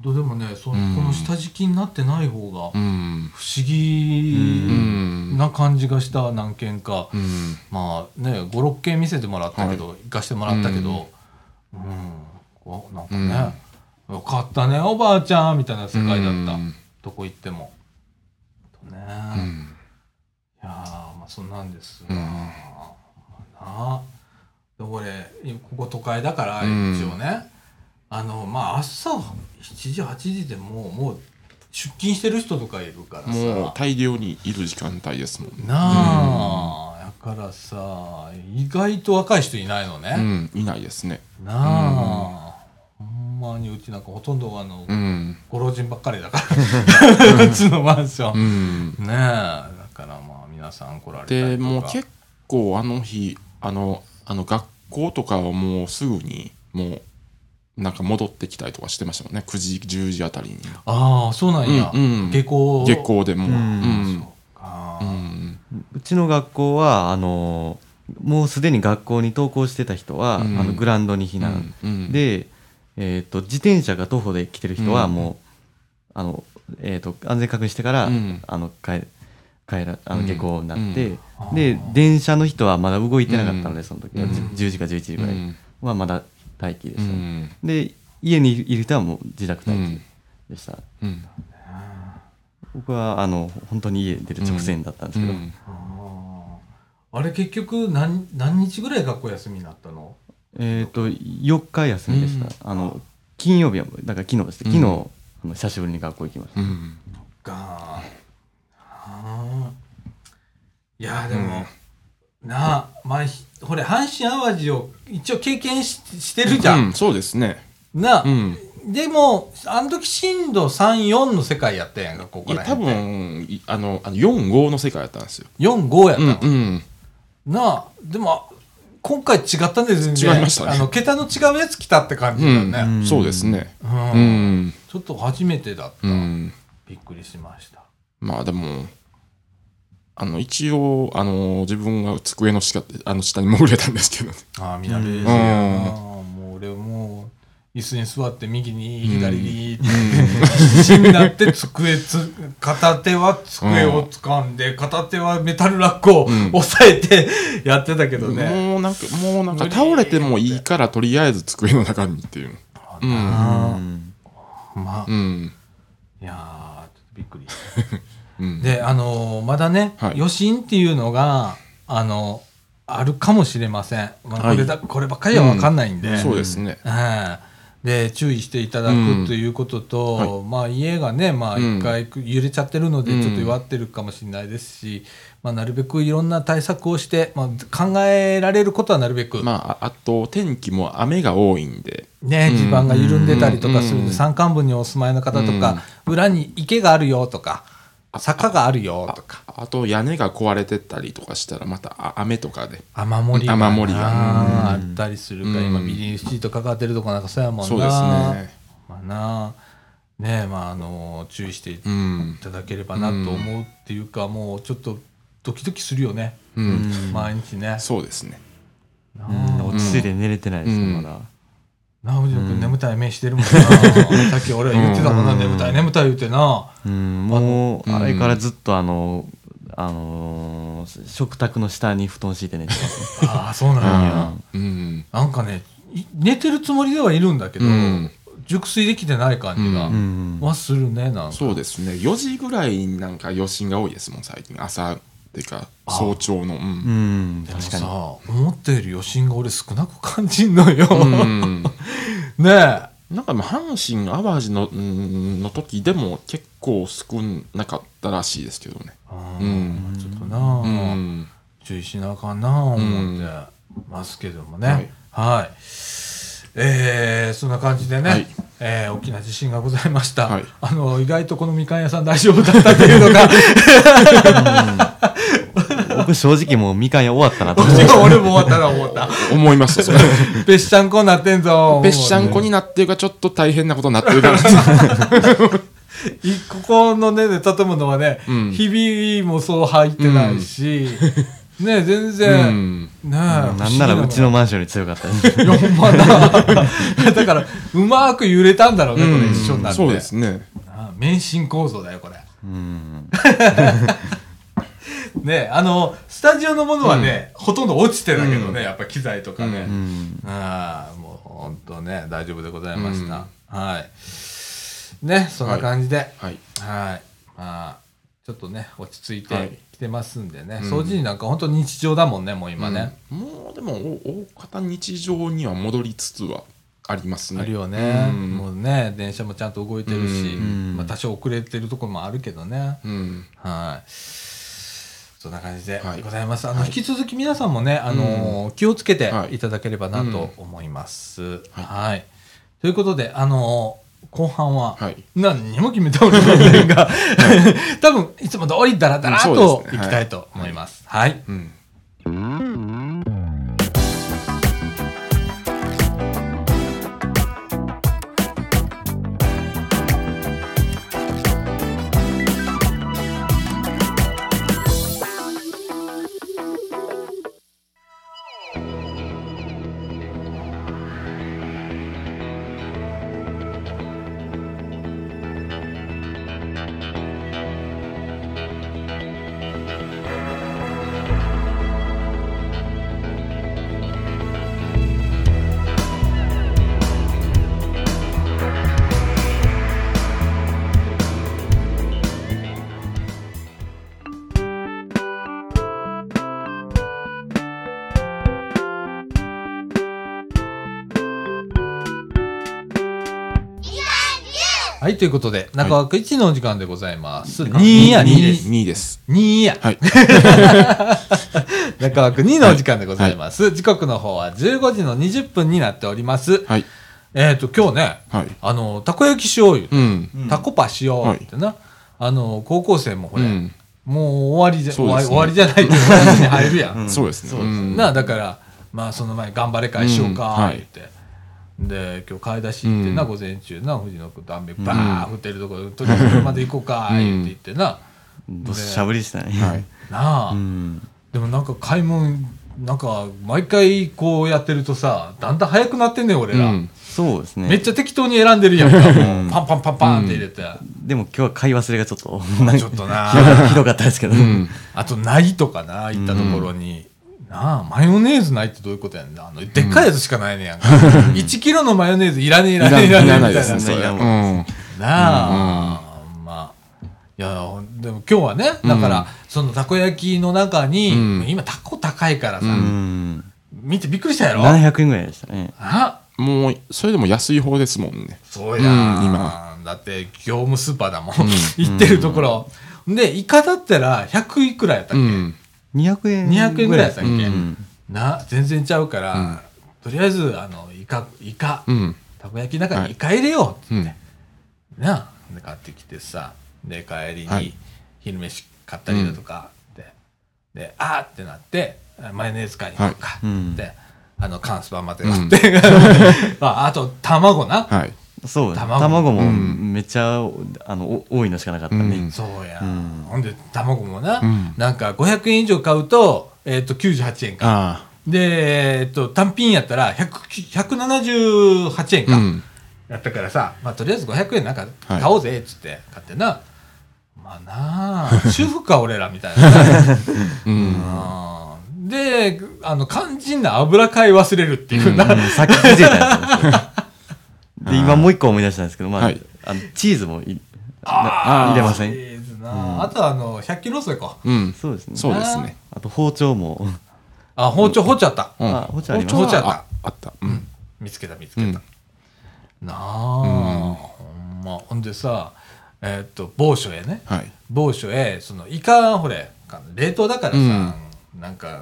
Speaker 1: どうでもねそこ
Speaker 3: うん
Speaker 1: の下敷きになってない方
Speaker 3: う
Speaker 1: が
Speaker 3: ん。
Speaker 1: 不思議
Speaker 3: ん
Speaker 1: な感じがした何件か、
Speaker 3: うん。
Speaker 1: まあね56件見せてもらったけど、行かしてもらったけどうん、こうなんかね、よかったねおばあちゃんみたいな世界だった、
Speaker 3: うん
Speaker 1: どこ行っても。ね、い
Speaker 3: うん
Speaker 1: やーまあそんなんです、
Speaker 3: うん
Speaker 1: なあで俺ここ都会だから一
Speaker 3: うん
Speaker 1: 応ね、あのまあ朝7時8時でもうもう出勤してる人とかいるからさ
Speaker 3: もう大量にいる時間帯ですもんね。
Speaker 1: なあ、だからさ意外と若い人いないの
Speaker 3: う
Speaker 1: ね、
Speaker 3: ん。いないですね。
Speaker 1: なあ、ほんまにうちなんかほとんどあの、
Speaker 3: うん。
Speaker 1: ご老人ばっかりだから うちのマンション、
Speaker 3: う
Speaker 1: ねえ
Speaker 3: ん。
Speaker 1: だからまあ皆さん来られたりとか
Speaker 3: でもう結構あの日あのあの学校とかはもうすぐにもうなんか戻ってきたりとかしてましたもんね9時10時あたりに
Speaker 1: ああそうなんや、
Speaker 3: うんうん
Speaker 1: 下校
Speaker 3: 下校でもうう
Speaker 1: そ
Speaker 3: ん
Speaker 1: うか、
Speaker 3: うん
Speaker 2: うちの学校はあのもうすでに学校に登校してた人は、
Speaker 3: うん
Speaker 2: あのグラウンドに避難、
Speaker 3: うん
Speaker 2: で、えー、と自転車が徒歩で来てる人は
Speaker 3: うん
Speaker 2: もう、あのえー、と安全確認してから、
Speaker 3: うん
Speaker 2: あの帰帰らあの
Speaker 3: うん
Speaker 2: 下校になって、
Speaker 1: うん
Speaker 2: で電車の人はまだ動いてなかったので、
Speaker 3: うん
Speaker 2: その時は、
Speaker 3: うん
Speaker 2: 10時か11時
Speaker 3: う
Speaker 2: ぐらい
Speaker 3: ん
Speaker 2: はまだ待機で
Speaker 3: う
Speaker 2: した、
Speaker 3: ん
Speaker 2: で家にいる人はもう自宅待機でした、
Speaker 3: うん
Speaker 2: 僕はあの本当に家出る直前だったんですけど、
Speaker 3: うん
Speaker 1: あーあれ結局何何日ぐらい学校休みになったの
Speaker 2: えっ、と4日休みでした、
Speaker 3: うん
Speaker 2: あの金曜日はだから昨日ですね
Speaker 3: うん
Speaker 2: 昨日、あの久しぶりに学校行きました、
Speaker 3: うん
Speaker 1: があいやーでも、なあ前ひほれ阪神・淡路を一応経験ししてるじゃ、
Speaker 3: うんんそうですね
Speaker 1: なあ、
Speaker 3: うん
Speaker 1: でもあの時震度34の世界やったやんかこ
Speaker 3: い
Speaker 1: こ
Speaker 3: や
Speaker 1: ら
Speaker 3: 多
Speaker 1: 辺って
Speaker 3: 分いあのあの45の世界だったんですよ
Speaker 1: 45やった
Speaker 3: う
Speaker 1: の、
Speaker 3: んうん
Speaker 1: なあでも今回違ったんで全然
Speaker 3: 違いましたね
Speaker 1: あの桁の違うやつ来たって感じだよ
Speaker 3: う
Speaker 1: ね、
Speaker 3: んそうですね
Speaker 1: うん
Speaker 3: うん
Speaker 1: ちょっと初めてだった、
Speaker 3: うん
Speaker 1: びっくりしました
Speaker 3: まあでも、あの、一応、あの、自分が机の下、あの、下に潜れたんですけどね。
Speaker 1: ああ見られる
Speaker 3: うん
Speaker 1: もう俺も椅子に座って右に左に必死になって机つ片手は机を掴んで片手はメタルラックを
Speaker 3: うん
Speaker 1: 押さえてやってたけどね、
Speaker 3: もうなんか、もうなんか倒れてもいいから、とりあえず机の中にっていう。うん。
Speaker 1: あ
Speaker 2: うん
Speaker 1: ーまあ
Speaker 3: うん。
Speaker 1: いやーちょっとびっくり
Speaker 3: うん。
Speaker 1: であのーまだね、
Speaker 3: はい
Speaker 1: 余震っていうのがあのあるかもしれません、まあ、これだ、こればっかりは分かんないんで、
Speaker 3: そうですね。
Speaker 1: ええで注意していただ
Speaker 3: うん
Speaker 1: くということと、まあ、家がね、まあ、
Speaker 3: うん
Speaker 1: 一回揺れちゃってるので
Speaker 3: うん
Speaker 1: ちょっと弱ってるかもしれないですし、まあ、なるべくいろんな対策をして、まあ、考えられることはなるべく、
Speaker 3: まあ、ああと、天気も雨が多いんで。
Speaker 1: ね、
Speaker 3: うん
Speaker 1: 地盤が緩んでたりとかするんで、
Speaker 3: うん
Speaker 1: 山間部にお住まいの方とか、裏に池があるよとか坂があるよ
Speaker 3: あ
Speaker 1: とか
Speaker 3: あと、屋根が壊れてたりとかしたら、またあ雨とかで。
Speaker 1: 雨漏りが
Speaker 3: 雨漏りが
Speaker 1: あったりするから、
Speaker 3: うん
Speaker 1: 今ビニールシートかかってるとこなんかそうやもんな
Speaker 3: そうですね。
Speaker 1: まあなねまああの注意して
Speaker 3: うん
Speaker 1: い。ただければなと思うっていうか、もうちょっとドキドキするよね、
Speaker 3: うん。
Speaker 1: 毎日ね。
Speaker 3: そうですね。
Speaker 1: な
Speaker 2: うん
Speaker 1: あ
Speaker 2: 落ち着いて寝れてないですよ
Speaker 3: うん
Speaker 2: まだ
Speaker 1: なあ藤野君眠たい目してるもんなさっき俺は言ってたもんな、
Speaker 2: うん
Speaker 1: 眠たい眠たい言ってな
Speaker 2: うんもう
Speaker 3: あの
Speaker 2: あれからずっとあのあのー食卓の下に布団敷いて寝てます
Speaker 1: ああそうなんや、
Speaker 3: うん。
Speaker 1: なんかねい寝てるつもりではいるんだけど、
Speaker 3: うん
Speaker 1: 熟睡できてない感じが、
Speaker 3: う
Speaker 2: うん
Speaker 1: はするねなんか
Speaker 3: そうですね。4時ぐらいになんか余震が多いですもん、最近。朝っていうか、
Speaker 1: あ
Speaker 3: 早朝の。うん
Speaker 2: うん
Speaker 1: でも
Speaker 2: 確か
Speaker 1: さ
Speaker 2: に
Speaker 1: 思ったより余震が俺少なく感じんのよ、
Speaker 3: うん
Speaker 1: ねえ
Speaker 3: なんかまあ阪神・淡路のうんの時でも結構少なかったらしいですけどね。うん
Speaker 1: ちょっとなあ、
Speaker 3: うん
Speaker 1: 注意しなあかんなあ思ってますけどもね、はい、えーそんな感じでね、
Speaker 3: はい
Speaker 1: えー大きな地震がございました、
Speaker 3: はい
Speaker 1: あの意外とこのみかん屋さん大丈夫だったっていうの が
Speaker 2: 僕正直もうみかん屋終わったなと思 って
Speaker 1: 俺も終わったな思った
Speaker 3: 思い ました、それ。
Speaker 1: ぺっしゃんこになってんぞ
Speaker 3: ぺっしゃんこになってるか、ちょっと大変なことになっ てるから。う
Speaker 1: いここのね建物はね、
Speaker 3: うん
Speaker 1: ひびもそう入ってないし、ね全然、
Speaker 3: ん
Speaker 1: ねえ
Speaker 2: なんならうち のマンションより強かったです
Speaker 1: いやほんまな だからうまく揺れたんだろうね、これ一緒になって
Speaker 3: そうですね。
Speaker 1: ああ免震構造だよこれ
Speaker 2: うん
Speaker 1: ねあのスタジオのものはね、ほとんど落ちてたけどね、やっぱ機材とかね、
Speaker 2: うん
Speaker 1: ああもうほんとね大丈夫でございました、はいねそんな感じで、
Speaker 3: はい。
Speaker 1: はい。まあ、ちょっとね、落ち着い
Speaker 3: はい
Speaker 1: てきてますんでね、
Speaker 3: うん
Speaker 1: 掃除になんか本当日常だもんね、もう今ね。
Speaker 3: うんもうでも、お大方日常には戻りつつはありますね。
Speaker 1: あるよね、
Speaker 3: うん
Speaker 1: もうね、電車もちゃんと動いてるし、
Speaker 2: うん
Speaker 1: まあ、多少遅れてるところもあるけどね。
Speaker 3: うん。
Speaker 1: はい。そんな感じで
Speaker 3: はい
Speaker 1: ございます。あ
Speaker 3: は
Speaker 1: の
Speaker 3: い
Speaker 1: 引き続き皆さんもね、あのー気をつけて
Speaker 3: はい
Speaker 1: いただければなと思います。
Speaker 3: はい
Speaker 1: はい。ということで、あのー後半は、
Speaker 3: はい。
Speaker 1: 何にも決めておりませんが、 多分いつも通りダラダラ
Speaker 3: うん
Speaker 1: と
Speaker 3: そう
Speaker 1: いき
Speaker 3: ですね
Speaker 1: たいと思います。はい。
Speaker 3: うん。
Speaker 1: はい、ということで、中枠一のお時間でございます。2や、
Speaker 3: 2です。
Speaker 1: 2。
Speaker 3: 2です。
Speaker 1: 2や。
Speaker 3: はい。
Speaker 1: 中枠2のお時間でございます。時刻の方は15時の20分になっております。
Speaker 3: はい。
Speaker 1: えっ、と、今日ね、
Speaker 3: はい。
Speaker 1: あの、たこ焼きしようよ。
Speaker 3: うん。
Speaker 1: たこパしようってな。あの、高校生もほ
Speaker 3: う
Speaker 1: れ、
Speaker 3: ん。
Speaker 1: もう終わりじゃ、
Speaker 3: そう
Speaker 1: 終わり
Speaker 3: で
Speaker 1: 終わりじゃ
Speaker 3: すね
Speaker 1: ないっていう話に入るやん。
Speaker 2: ん
Speaker 3: そうですね。うん
Speaker 1: なあだからまあその前に頑張れ会しよう
Speaker 3: うん
Speaker 1: か
Speaker 3: はい
Speaker 1: 言って、で今日買い出し行ってな、
Speaker 3: うん
Speaker 1: 午前中な藤野君とあんべバーン振ってるところとりあえず車で行こうか言って言ってな、
Speaker 2: どっしゃぶりしたね
Speaker 3: はい。
Speaker 1: なあ、
Speaker 2: うん
Speaker 1: でもなんか買い物なんか毎回こうやってるとさだんだん早くなってんねん俺ら、
Speaker 3: うん
Speaker 2: そうですね
Speaker 1: めっちゃ適当に選んでるやんかもうパンパンパンパンって入れて、
Speaker 2: でも今日は買い忘れがちょっとなんか
Speaker 1: ちょっとな
Speaker 2: ひどかひどかったですけど、
Speaker 3: うん
Speaker 1: あとないとかな行ったところに、なあマヨネーズないってどういうことやんなあのでっかいやつしかないねやんか、1キロのマヨネーズいらねえいらねえい
Speaker 3: い
Speaker 1: ら
Speaker 3: ら
Speaker 1: ね
Speaker 3: な
Speaker 1: え
Speaker 3: い
Speaker 1: みたい
Speaker 3: いらないで
Speaker 1: な
Speaker 3: すね
Speaker 2: それ
Speaker 1: な
Speaker 2: は
Speaker 1: あ、
Speaker 2: もう
Speaker 1: まあいやほんでも今日はねだから、そのたこ焼きの中に、
Speaker 3: うん
Speaker 1: 今たこ高いからさ、
Speaker 3: う
Speaker 2: うん
Speaker 1: 見てびっくりしたやろ
Speaker 2: 700円ぐらいでしたね
Speaker 1: あ
Speaker 3: うんもうそれでも安い方ですもんね
Speaker 1: そうやん、
Speaker 3: うん今
Speaker 1: だって業務スーパーだもん、 行ってるところ、でイカだったら100いくらやったっけ、
Speaker 3: うん
Speaker 2: 200円
Speaker 1: 200円ぐらいやったっけ、
Speaker 3: うん
Speaker 2: うん
Speaker 1: な全然ちゃうから、
Speaker 3: うん
Speaker 1: とりあえずあのイカイカ、
Speaker 3: うん
Speaker 1: たこ焼きの中にイカ入れようっつ
Speaker 3: う
Speaker 1: っ
Speaker 3: ん
Speaker 1: て、なあで買ってきてさで帰り
Speaker 3: は
Speaker 1: に
Speaker 3: い
Speaker 1: 昼飯買ったりだとかって、であーってなってマヨネーズ買いに行くかって、
Speaker 2: うん
Speaker 1: あの缶スパまで買って、 まあ、あと卵な、
Speaker 3: はい
Speaker 2: そう
Speaker 1: 卵
Speaker 2: 卵
Speaker 3: う
Speaker 2: も
Speaker 3: ん
Speaker 2: めっちゃ、あのお多いのしかなかったね、
Speaker 3: うん
Speaker 1: そうや、
Speaker 2: うん
Speaker 1: ほんで卵もな、
Speaker 3: うん
Speaker 1: なんか500円以上買うと,、えっと98円か
Speaker 3: あ
Speaker 1: で、えっと、単品やったら100 178円
Speaker 3: あ
Speaker 1: か、
Speaker 3: うん
Speaker 1: やったからさ、まあ、とりあえず500円なんか
Speaker 3: はい
Speaker 1: 買おうぜっつって買ってな、まあな あ主婦か俺らみたいな
Speaker 3: うん
Speaker 1: な、うんであの肝心な油買い忘れるっていうな、
Speaker 2: うんさっき気づいたやつですねで今もう一個思い出したんですけど、まあ
Speaker 3: はい
Speaker 2: あのチーズもい
Speaker 1: あー
Speaker 2: な入れませ
Speaker 1: チ
Speaker 2: ん
Speaker 1: ーズなあとはあの100キロロースでこう
Speaker 3: うん
Speaker 2: そうですね
Speaker 3: そうですね
Speaker 2: あと包丁も
Speaker 1: あ包丁包丁あった、
Speaker 3: うん
Speaker 2: あ包丁あります
Speaker 3: 包丁
Speaker 1: 包丁あ
Speaker 3: ああったうん
Speaker 1: 見つけた見つけた、
Speaker 3: うん
Speaker 1: なあ、ほんまほんでさえっと某所へね、
Speaker 3: はい
Speaker 1: 某所へそのイカほれ冷凍だからさ、なんか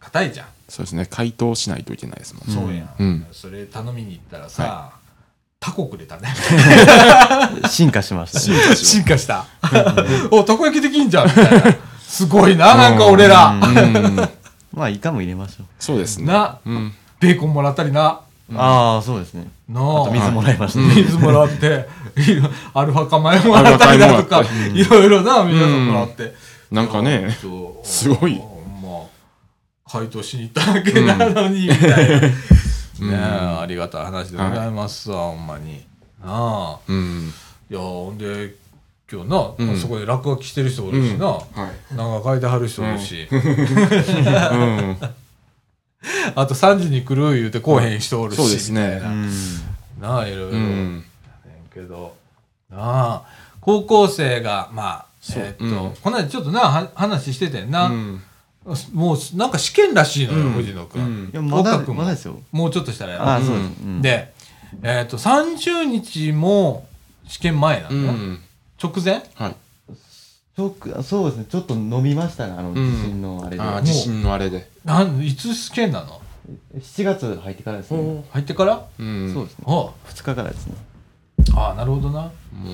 Speaker 1: 硬いじゃん、
Speaker 3: そうですね解凍しないといけないですもんね
Speaker 1: そうやん、
Speaker 3: うん
Speaker 1: それ頼みに行ったらさ、
Speaker 3: は
Speaker 1: タコくれたね
Speaker 2: 進化しましたね
Speaker 1: 進化した おたこ焼きできんじゃんみたいなすごいななんか俺ら
Speaker 3: うん
Speaker 2: まあイカも入れましょう
Speaker 3: そうですね
Speaker 1: な
Speaker 3: うん
Speaker 1: ベーコンもらったりな
Speaker 2: ああそうですね
Speaker 1: の
Speaker 2: あと水もらいましたね、
Speaker 1: 水もらってアルファ化米もらったりだとか
Speaker 3: アルファ化米もら
Speaker 1: いろいろな皆さんもらって、
Speaker 3: なんかね
Speaker 1: そう
Speaker 3: すごい
Speaker 1: ほんまあ回答しに行っただけなのに、みたいな。ねえ、ありがたい話でございますわ、ほんまに。なあ。
Speaker 3: うん
Speaker 1: いや、ほんで、今日な、
Speaker 3: ん
Speaker 1: そこで落書きしてる人おるしな、
Speaker 3: はい
Speaker 1: なんか書いてはる人おるし、
Speaker 3: うん
Speaker 1: あと3時に来る言うてこうへん人おるし、
Speaker 3: そうですね
Speaker 1: みたいななあ、いろいろ。
Speaker 3: うん
Speaker 1: やねんけど、なあ、高校生が、まあ、
Speaker 3: そう
Speaker 1: えーっと、
Speaker 3: うん
Speaker 1: この間ちょっとな、は話しててんな、
Speaker 3: うん
Speaker 1: もうなんか試験らしいのよ、藤野君。
Speaker 3: うん
Speaker 2: いやまだ
Speaker 1: 合格も
Speaker 2: まだですよ
Speaker 1: もうちょっとしたらやろう
Speaker 2: ああそうです、うん
Speaker 1: で、えっと30日も試験前なん
Speaker 3: う
Speaker 1: だよ、
Speaker 3: ん
Speaker 1: 直前
Speaker 3: はい
Speaker 2: ショックあそうですねちょっと飲みましたねあの
Speaker 3: ん
Speaker 2: 地震のあれで、
Speaker 3: ああ地震のあれで
Speaker 1: なんいつ試験なの
Speaker 2: 7月入ってからですね
Speaker 1: 入ってから
Speaker 3: うん
Speaker 2: そうですね
Speaker 1: あ
Speaker 2: 2日からですね
Speaker 1: あなるほどな
Speaker 3: も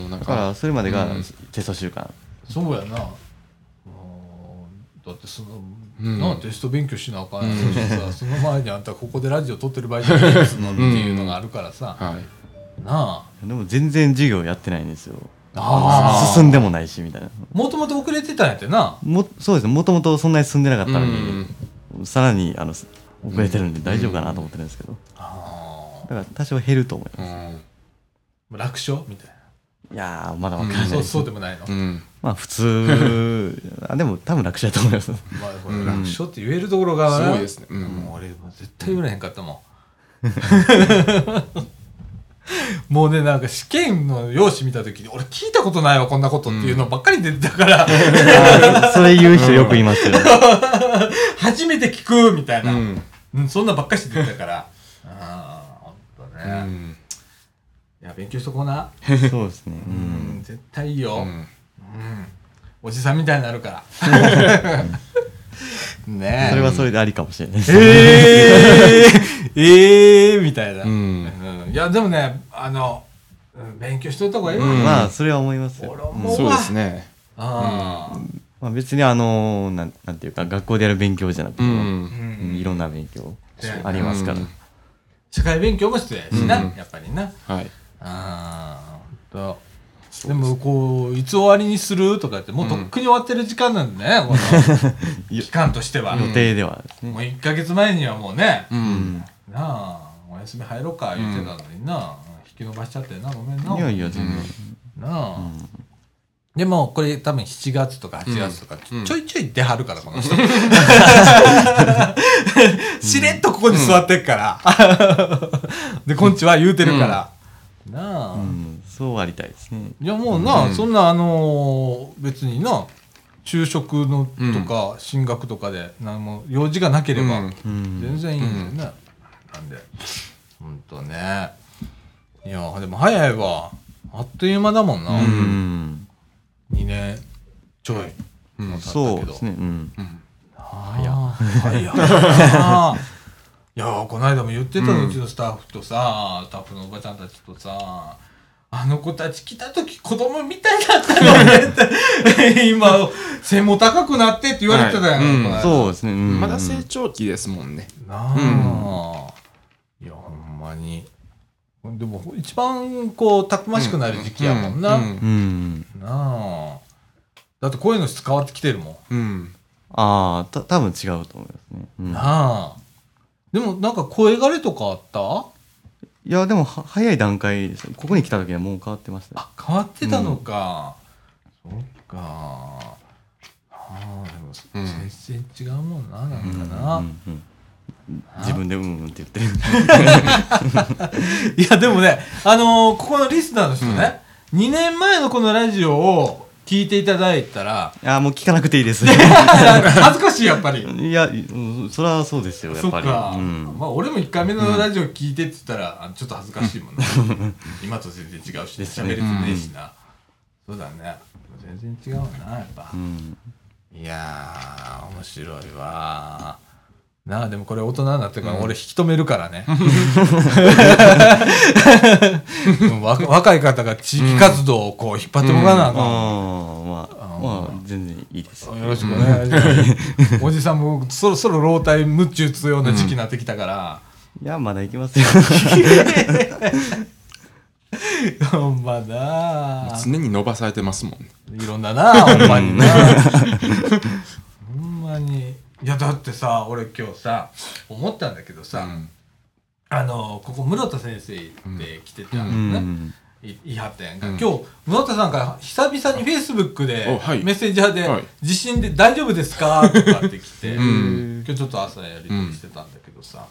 Speaker 3: うなん
Speaker 2: だから
Speaker 3: か
Speaker 2: それまでが
Speaker 3: うん
Speaker 2: テスト週間、
Speaker 1: そうやなあーだってその、
Speaker 3: うん
Speaker 1: なあテスト勉強しなあかんやろうしさその前にあんたここでラジオ撮ってる場合じゃないですのっていうのがあるからさ、
Speaker 3: はい
Speaker 1: なあ
Speaker 2: でも全然授業やってないんですよ
Speaker 1: あ
Speaker 2: 進んでもないしみたいな
Speaker 1: もともと遅れてたんやってな
Speaker 2: もそうですねもともとそんなに進んでなかったのに
Speaker 3: う、
Speaker 2: さらにあの遅れてるんで大丈夫かなと思ってるんですけど、
Speaker 1: あ
Speaker 2: だから多少減ると思います、
Speaker 3: うん
Speaker 1: ー楽勝みたい
Speaker 2: いやーまだわから
Speaker 1: ない
Speaker 2: な
Speaker 1: そう
Speaker 2: です、
Speaker 1: そうでもないの、
Speaker 3: うん
Speaker 2: まあ普 通あでも多分楽勝だと思い ます
Speaker 1: まあ、これ楽勝って言えるところがな
Speaker 3: すごいですねうん
Speaker 1: もう俺もう絶対言われへんかったもん もうねなんか試験の用紙見た時に俺聞いたことないわこんなことっていうのばっかり出てたから、
Speaker 2: あーそれ言う人よく言いますよ、
Speaker 1: 初めて聞くみたいな、
Speaker 3: う
Speaker 1: うん
Speaker 3: ん
Speaker 1: そんなばっかりして出てたからああほんと
Speaker 3: う
Speaker 1: ね、
Speaker 3: ん
Speaker 1: いや勉強しとこうな、
Speaker 2: そうですね、う
Speaker 1: うんん、絶対いいよ、
Speaker 3: うん
Speaker 1: おじさんみたいになるから ねえ
Speaker 2: それはそれでありかもしれないです、
Speaker 1: えー、えーみたいな、
Speaker 3: うん
Speaker 1: うんいやでもねあのうん勉強しといた方がいいわ、
Speaker 3: うん
Speaker 2: まあそれは思いますよ
Speaker 1: 俺思
Speaker 3: そうですね
Speaker 1: あー
Speaker 2: まあ、別にあのなんなんていうか学校でやる勉強じゃなくて
Speaker 3: う
Speaker 2: も、
Speaker 3: ん
Speaker 2: うんいろんな勉強
Speaker 1: そう
Speaker 2: ありますから、
Speaker 3: うん
Speaker 1: 社会勉強も必要やしな、
Speaker 3: うん
Speaker 1: やっぱりな
Speaker 3: はい
Speaker 1: あーほんとでもこういつ終わりにするとかってもうとっくに終わってる時間なんでね、こ の期間としては、
Speaker 2: 予定ではですね、
Speaker 1: もう1か月前にはもうね、
Speaker 3: うん
Speaker 1: なあおや休み入ろうか言ってたのにな、引き延ばしちゃってなごめんない
Speaker 2: やいや全
Speaker 1: な
Speaker 2: 然、
Speaker 1: あ、でもこれ多分7月とか8月とかちょ,、
Speaker 3: うん
Speaker 1: ちょいちょい出はるからこの人 しれっとここに座ってっからでこんちは言うてるから、なあ、
Speaker 2: うんそうありたいですね
Speaker 1: いやもうな、
Speaker 3: うん
Speaker 1: そんなあのー別にな昼食のとか進学とかで何も用事がなければ、
Speaker 3: うん
Speaker 2: うん
Speaker 1: 全然いいんだよね、なんでほんとねいやでも早いわあっという間だもんな、
Speaker 3: う
Speaker 2: うんん
Speaker 1: 2年ちょい
Speaker 3: うん
Speaker 2: そうですねうん
Speaker 3: うん
Speaker 1: 早い早いないやこの間も言ってたの、う
Speaker 3: うん
Speaker 1: ちのスタッフとさスタッフのおばちゃんたちとさあの子たち来た時子供みたいだったよねって 今背も高くなってって言われてたよね、
Speaker 3: はいうん
Speaker 1: この間
Speaker 2: そうですねうん
Speaker 3: まだ成長期ですもんね。
Speaker 1: なあ、いやほんまにでも一番こうたくましくなる時期やもんな、
Speaker 3: う
Speaker 2: うんん
Speaker 1: なあだって声の質変わってきてるもん、
Speaker 3: うん
Speaker 2: ああた多分違うと思いますね、うん
Speaker 1: なあでもなんか声がれとかあった
Speaker 2: いやでもは早い段階ですよここに来た時はもう変わってましたよ
Speaker 1: あ変わってたのか、そっかああでも
Speaker 3: うん
Speaker 1: 全然違うもんななんかな、
Speaker 2: うんうんうん自分でうんうんって言ってる
Speaker 1: いやでもねあのーここのリスナーの人ね、2年前のこのラジオを聞いていただいたら
Speaker 2: ああもう聞かなくていいです
Speaker 1: 恥ずかしいやっぱり
Speaker 2: いや、うんそれはそうですよや
Speaker 1: そっ
Speaker 2: っぱり
Speaker 1: か、
Speaker 2: うん
Speaker 1: まあ俺も1回目のラジオ聞いてって言ったら、あちょっと恥ずかしいもん な今と全然違うし
Speaker 2: ですね
Speaker 1: 喋れてねえしな、そうだね全然違うわなやっぱ、
Speaker 2: うん
Speaker 1: いやー面白いわーなあでもこれ大人になってから俺引き止めるから ね、うんわ若い方が地域活動をこう引っ張ってもらわなあかんわ
Speaker 2: ああまあまあ全然いいです
Speaker 1: よろしくお願いし ます。おじさんもそろそろ老体むっちゅうつような時期になってきたから、
Speaker 2: いやまだ行きますよ
Speaker 1: ほんまなあ
Speaker 3: 常に伸ばされてますもんね。
Speaker 1: いろんななあほんまになほんまにいやだってさ俺今日さ思ったんだけどさ、
Speaker 3: うん
Speaker 1: あのここ室田先生って来てた
Speaker 2: う
Speaker 1: のね、
Speaker 2: ん
Speaker 1: いいはったやんか、
Speaker 3: うん
Speaker 1: 今日室田さんから久々にフェイスブックで
Speaker 3: おはい
Speaker 1: メッセンジャーで
Speaker 3: はい
Speaker 1: 「地震で大丈夫ですか?」とかって来て、
Speaker 3: ん
Speaker 1: 今日ちょっと朝やり取りしてたんだけどさ、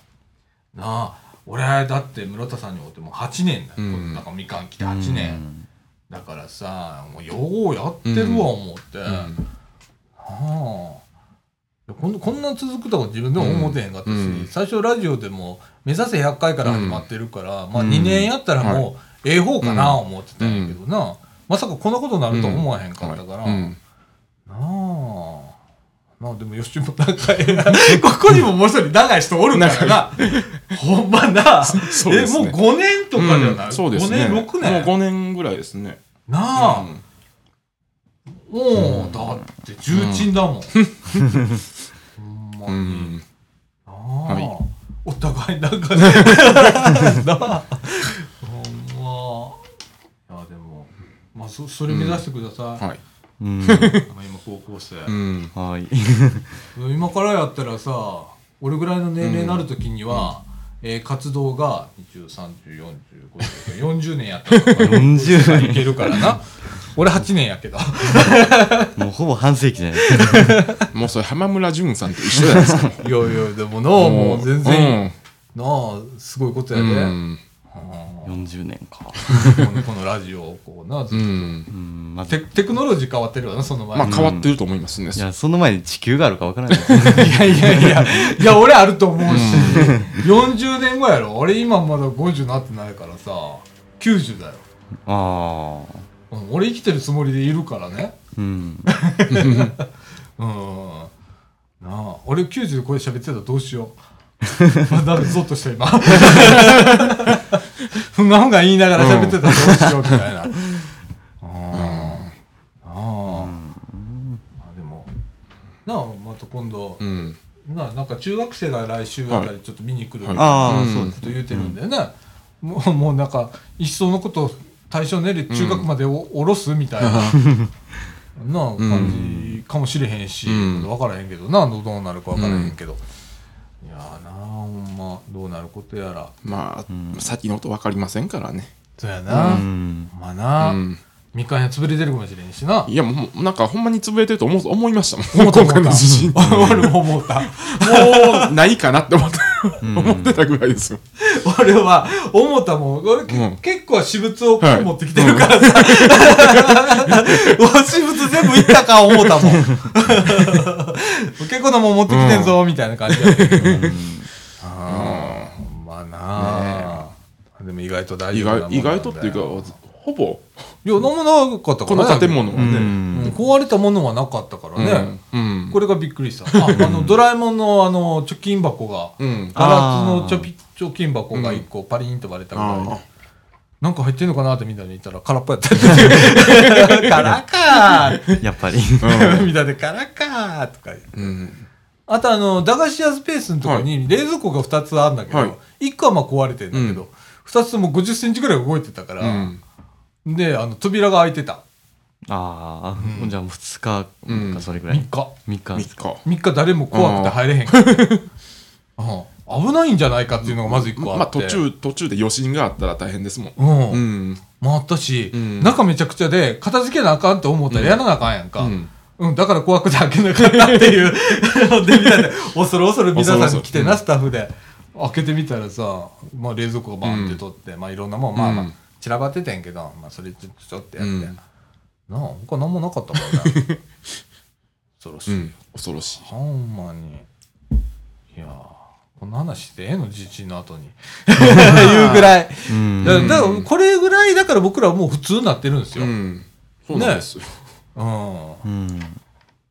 Speaker 1: なあ俺だって室田さんに会ってもう8年だよ、
Speaker 3: うん
Speaker 1: なんかみかん来て8年、だからさもうようやってるわ思って、はあいやこんこんな続くとは自分でも思ってへんかったし、
Speaker 3: うんうん
Speaker 1: 最初ラジオでも「目指せ100回」から始まってるから、まあ
Speaker 2: うん
Speaker 1: 2年やったらもうええ方かな思ってたんやけどな、まさかこんなことになるとは思わへんかったから、
Speaker 3: はい うん
Speaker 1: なあなあでも吉本長 いここにももう一人長い人おるからなほんまな、
Speaker 3: そう
Speaker 1: え
Speaker 3: です
Speaker 1: もう
Speaker 3: ね
Speaker 1: 5年とかじゃない、
Speaker 3: うんそうですね。
Speaker 1: 5年6年
Speaker 3: もう5年ぐらいですね。
Speaker 1: なあ、
Speaker 3: うん
Speaker 1: もうだって重鎮だもん。ほ
Speaker 3: うん
Speaker 1: まに
Speaker 3: ん。
Speaker 1: なあ
Speaker 3: はい
Speaker 1: お互いなんかね。なあ。ほんま。いやでも、まあそそれ目指してくださ
Speaker 3: はい。
Speaker 2: うん
Speaker 1: い。あの今高校生。
Speaker 3: うん。
Speaker 2: はい
Speaker 1: 今からやったらさ、俺ぐらいの年齢になるときには、えー活動が20、30、40、50、40年やったら
Speaker 2: 40
Speaker 1: いけるからな。俺8年やけど。
Speaker 2: もうほぼ半世紀じゃないですか
Speaker 3: もうそれ浜村淳さんと一緒じゃないですか。
Speaker 1: いやいや、で もなあ、もう全然いい。なあすごいこと
Speaker 3: う
Speaker 1: やで、
Speaker 3: ん。う
Speaker 1: うん
Speaker 3: ん。
Speaker 2: 40年か
Speaker 1: このラジオをこうな、
Speaker 3: う
Speaker 1: ず
Speaker 3: ん
Speaker 2: うん まあ
Speaker 1: テテクノロジー変わってるわなその前
Speaker 3: まあ
Speaker 1: に、
Speaker 3: 変わってると思いますね。
Speaker 2: いやその前に地球があるかわからないですね
Speaker 1: いやいやいやいや俺あると思うし、40年後やろ俺今まだ50なってないからさ90だよ、
Speaker 2: ああ
Speaker 1: うん、俺生きてるつもりでいるからね
Speaker 2: うん
Speaker 1: うんなあ俺90これ喋ってたらどうしようまあだめゾッとした今ふんがふんが言いながら喋ってたらどうしようみたいな、ああ、ああでもなあまた今度、
Speaker 3: うん。
Speaker 1: なあなんか中学生が来週あたりちょっと見に来る、
Speaker 3: はい
Speaker 2: ああ、
Speaker 3: うん
Speaker 2: そうで
Speaker 1: こ
Speaker 2: す
Speaker 1: と言うてるんだよね、もうもうなんか一層のこと対象ねで中学までお下ろすみたいな、 なあ感じかもしれへんし、
Speaker 3: うん
Speaker 1: 分からへんけどなどうなるか分からへんけど、いやーなあほんまどうなることやら
Speaker 3: まあ、
Speaker 2: うん
Speaker 3: 先のこと分かりませんからね、
Speaker 1: そうやな、
Speaker 2: うん
Speaker 1: まあ
Speaker 3: う
Speaker 1: な、
Speaker 3: ん、
Speaker 1: みかんや潰れてるかもしれんしない
Speaker 3: やもうなんかほんまに潰れてると思う思いましたもん
Speaker 1: 思った
Speaker 3: 今回の地震も
Speaker 1: 俺も思った
Speaker 3: うないかなって思って思ってたぐらいですよ
Speaker 1: 俺は思ったもん俺、け
Speaker 3: うん
Speaker 1: 結構私物を
Speaker 3: はい
Speaker 1: 持ってきてるからさ、 私物全部いったか思 ったもん結構なもん持ってきてんぞ、みたいな感じだったけどあーほんまあなあ、でも意外と大
Speaker 3: 意
Speaker 1: 丈夫なもんなん
Speaker 3: 外
Speaker 1: だよ
Speaker 3: 意外とっていうかほぼ
Speaker 1: いや何もなかったか
Speaker 3: こ
Speaker 1: ら
Speaker 3: の建物は
Speaker 2: う
Speaker 3: ね、
Speaker 1: うん
Speaker 2: ん
Speaker 1: 壊れたものはなかったからね、
Speaker 3: うんうん
Speaker 1: これがびっくりした。あ、あの、ドラえもんの、あの、貯金箱が、
Speaker 3: うん
Speaker 1: ガラス
Speaker 2: あ
Speaker 1: の
Speaker 2: ー
Speaker 1: ちょぴ貯金箱が一個パリンと割れたぐらいで。なんか入ってんのかなってみんなに言ったら空っぽやったって いう。空か
Speaker 2: やっぱり。
Speaker 1: ーみんなで空かーとか言う
Speaker 3: うん
Speaker 1: あとあの、駄菓子屋スペースのとこに冷蔵庫が2つあんだけ
Speaker 3: はい
Speaker 1: ど、1個はまあ壊れてんだけ
Speaker 3: う
Speaker 1: ど、2つとも50センチぐらい動いてたか
Speaker 3: う
Speaker 1: ら、
Speaker 3: ん
Speaker 1: で、あの、扉が開いてた。
Speaker 2: ああ、じゃあもう2日
Speaker 3: うん
Speaker 2: かそれぐらい。
Speaker 1: 3日。
Speaker 2: 3日。
Speaker 3: 3日
Speaker 1: 3日誰も怖くて入れへんうん危ないんじゃないかっていうのがまず1個あって、
Speaker 3: まあ途中途中で余震があったら大変ですもん
Speaker 1: うん、
Speaker 3: うん
Speaker 1: 回ったし、
Speaker 3: うん
Speaker 1: 中めちゃくちゃで片付けなあかんと思ったらやらなあかんやんか、う
Speaker 3: うんん
Speaker 1: だから怖くて開けなかったっていうでみんなで恐る恐る皆さんに来てなスタッフで開けてみたらさ、まあ、冷蔵庫がバンって取って、まあ、いろんなもん、まあま
Speaker 3: う
Speaker 1: あ
Speaker 3: ん
Speaker 1: 散らばっててんけど、まあ、それちょちょってやって、
Speaker 3: うん
Speaker 1: なあ他何もなかった もんね恐ろし
Speaker 3: う
Speaker 1: い、
Speaker 3: ん恐ろしい
Speaker 1: ほんまに。いやーこんな話してええの地震の 後に。いうぐらい。
Speaker 2: うん
Speaker 1: だから、だからこれぐらい、だから僕らはもう普通になってるんですよ。
Speaker 3: う
Speaker 1: うん。
Speaker 3: んそうなんですよ
Speaker 2: うん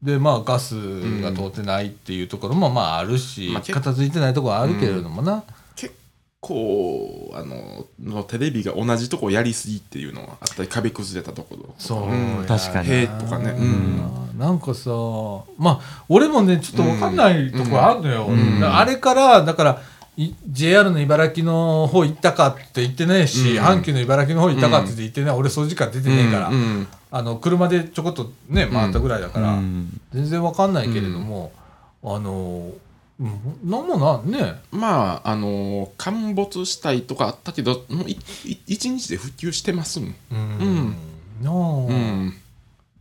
Speaker 1: で、まあ、ガスが通ってないっていうところも、まあ、あるし、
Speaker 3: まあ結構
Speaker 1: 片付いてないところはあるけれどもな。
Speaker 3: 結構あののテレビが同じとこやりすぎっていうのはあったり壁崩れたところ
Speaker 1: そう、
Speaker 3: ん
Speaker 2: 確かに
Speaker 3: 塀とかねうん
Speaker 1: うんなんかさまあ俺もねちょっと分かんないとこあるのよ、
Speaker 3: うん
Speaker 1: だからあれからだからい JR の茨城の方行ったかって言ってねえし、
Speaker 3: うん
Speaker 1: 阪急の茨城の方行ったかって言ってね、俺掃除から出てねえから、
Speaker 3: うんうん
Speaker 1: あの車でちょこっとね回ったぐらいだから、
Speaker 2: うん
Speaker 1: 全然分かんないけれども、あのうんなんもなんね
Speaker 3: まああの陥没したりとかあったけどもういい一日で復旧してますもん
Speaker 1: うん、なあ、
Speaker 3: うん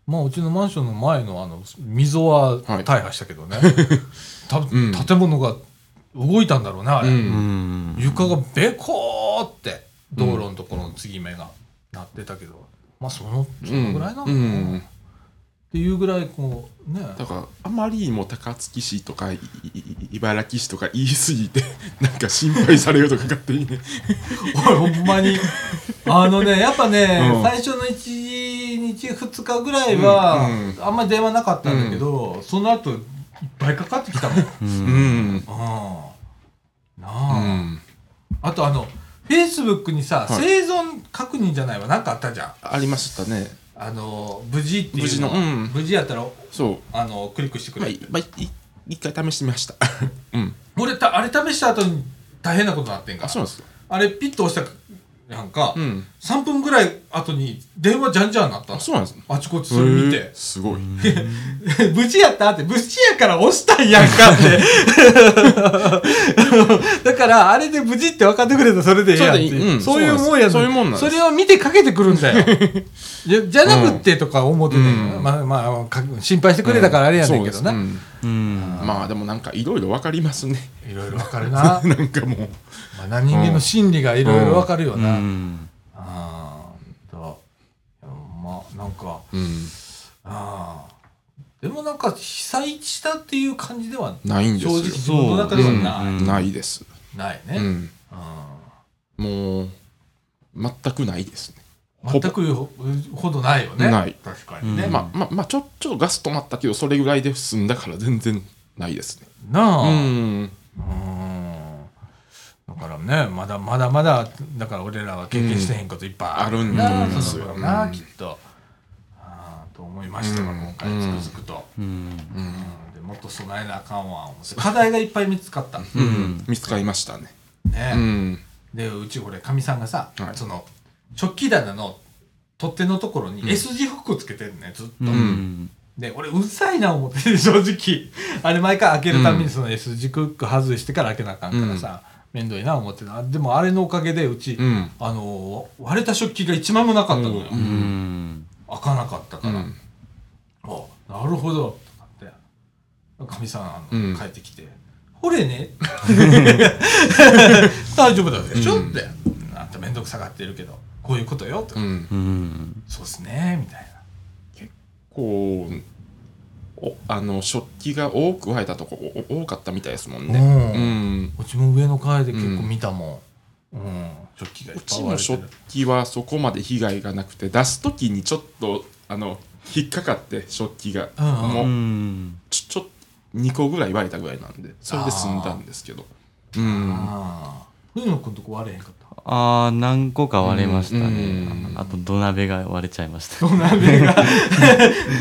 Speaker 1: まあうちのマンションの前のあの溝は
Speaker 3: はい
Speaker 1: 大破したけど ね、た
Speaker 3: ん
Speaker 1: 建物が動いたんだろうねあれ、
Speaker 3: うん
Speaker 2: うん
Speaker 1: 床がべこーって道路のところの継ぎ目がなってたけど、まあそのそのぐらいなのかな、
Speaker 3: うん
Speaker 1: っていうぐらいこうね
Speaker 3: だからあまりにも高槻市とかいいい茨城市とか言い過ぎて なんか心配されるとか勝手にね
Speaker 1: おいほんまにあのねやっぱね、
Speaker 3: うん
Speaker 1: 最初の1日2日ぐらいは、
Speaker 3: うんうん
Speaker 1: あんまり電話なかったんだけど、その後いっぱいかかってきた もん
Speaker 2: う
Speaker 3: うんん
Speaker 1: ああな
Speaker 3: う
Speaker 1: あ、
Speaker 3: ん
Speaker 1: あとあのフェイスブックにさ、
Speaker 3: はい
Speaker 1: 生存確認じゃないわなんかあったじゃん
Speaker 3: ありましたね
Speaker 1: あの無事っていう
Speaker 3: 無事のうん
Speaker 1: 無事やったら
Speaker 3: そう
Speaker 1: あのクリックしてくれ、
Speaker 3: まあ、いまあ、い一回試してみました。 うん。
Speaker 1: 俺たあれ試した後に大変なことになってんか
Speaker 3: あ、そうなんですか。
Speaker 1: あれピッと押したなんか、
Speaker 3: うん。
Speaker 1: 3分ぐらい後に電話じゃんじゃんなったの
Speaker 3: あ、そうなんですね。
Speaker 1: あちこちそれ見
Speaker 3: へ
Speaker 1: て
Speaker 3: ーすごい。
Speaker 1: 無事やったって無事やから押したんやんか ってだからあれで無事って分かってくれたらそれでええやんって
Speaker 3: それでいいうん
Speaker 1: そういうもんや
Speaker 3: そうなんですそういうもんなんです
Speaker 1: それを見てかけてくるんだよ じゃじゃなくってとか思ってね、
Speaker 3: うん
Speaker 1: まあまあか心配してくれたからあれやねんけどな、
Speaker 3: そうですう
Speaker 2: うん
Speaker 3: んまあ、でもなんかいろいろわかりますね。
Speaker 1: いろいろ分かるな
Speaker 3: なんかもう。
Speaker 1: まあな人間の心理がいろいろ分かるよ
Speaker 2: う
Speaker 1: な、
Speaker 2: ん
Speaker 1: ああといやまあなんか
Speaker 3: うん。
Speaker 1: ああでもなんか被災したっていう感じでは
Speaker 3: ないんです
Speaker 1: 正直
Speaker 3: よ。
Speaker 1: 自分の中ではない、
Speaker 2: うん
Speaker 3: ないです。
Speaker 1: ないね、
Speaker 3: うん。
Speaker 1: あ
Speaker 3: もう、全くないですね。
Speaker 1: あ全くほほどないよね
Speaker 3: ない
Speaker 1: 確かにね、
Speaker 2: うん
Speaker 3: まあ、まあ、まあ、ちょ、ちょっとガス止まったけど、それぐらいで済んだから全然ないですね。
Speaker 1: な
Speaker 3: う
Speaker 1: あ、
Speaker 3: ん。
Speaker 1: うんだからねまだまだまだだから俺らは経験してへんこといっぱいあるんだ
Speaker 3: うんあるん
Speaker 1: な
Speaker 3: です
Speaker 1: そ
Speaker 3: よ
Speaker 1: の頃な、
Speaker 3: うん
Speaker 1: きっとああと思いましたが、
Speaker 3: うん
Speaker 1: 今回つくづくと、
Speaker 2: うん
Speaker 1: うんでもっと備えなあかんわ思って課題がいっぱい見つかった、
Speaker 3: うん。見つかりましたね。
Speaker 1: ね、
Speaker 3: うん。
Speaker 1: でうち俺かみさんがさ、
Speaker 3: はい
Speaker 1: その食器棚の取っ手のところに S 字フックをつけてるねずっと、
Speaker 2: うん
Speaker 1: で俺うる さいな思って正直あれ毎回開けるためにその S 字クック外してから開けなあかんからさ、面倒いな思ってたでもあれのおかげでうち、
Speaker 3: うん
Speaker 1: あの割れた食器が一枚もなかったのよ、
Speaker 3: う
Speaker 2: うん
Speaker 1: 開かなかった
Speaker 3: う
Speaker 1: から、
Speaker 3: ん
Speaker 1: あなるほどとかってかみさんあの、
Speaker 3: うん
Speaker 1: 帰ってきて「ほれ ね大丈夫だでしょ?」
Speaker 3: うん
Speaker 1: って「あんた面倒くさがってるけどこういうことよ」とか、
Speaker 3: うん
Speaker 2: うん
Speaker 1: そうっすね」みたいな
Speaker 3: こうおあの食器が多く入ったとこお多かったみたいですもんね
Speaker 1: ね、
Speaker 3: う
Speaker 1: うん
Speaker 3: ん
Speaker 1: うちも上の階で結構見たもん、うん食器がいうっぱ
Speaker 3: ち
Speaker 1: い割
Speaker 3: の
Speaker 1: れて
Speaker 3: 食
Speaker 1: る
Speaker 3: 器はそこまで被害がなくて出す時にちょっとあの引っかかって食器が、
Speaker 1: うんうん
Speaker 3: も
Speaker 2: う
Speaker 3: うんちょちょっと2個ぐらい割れたぐらいなんでそれで済んだんですけどうん
Speaker 1: ああ冬野くんとこ割れへんかった
Speaker 2: ああ何個か割れましたね
Speaker 3: うんうん
Speaker 2: あと土鍋が割れちゃいました
Speaker 1: 土鍋 が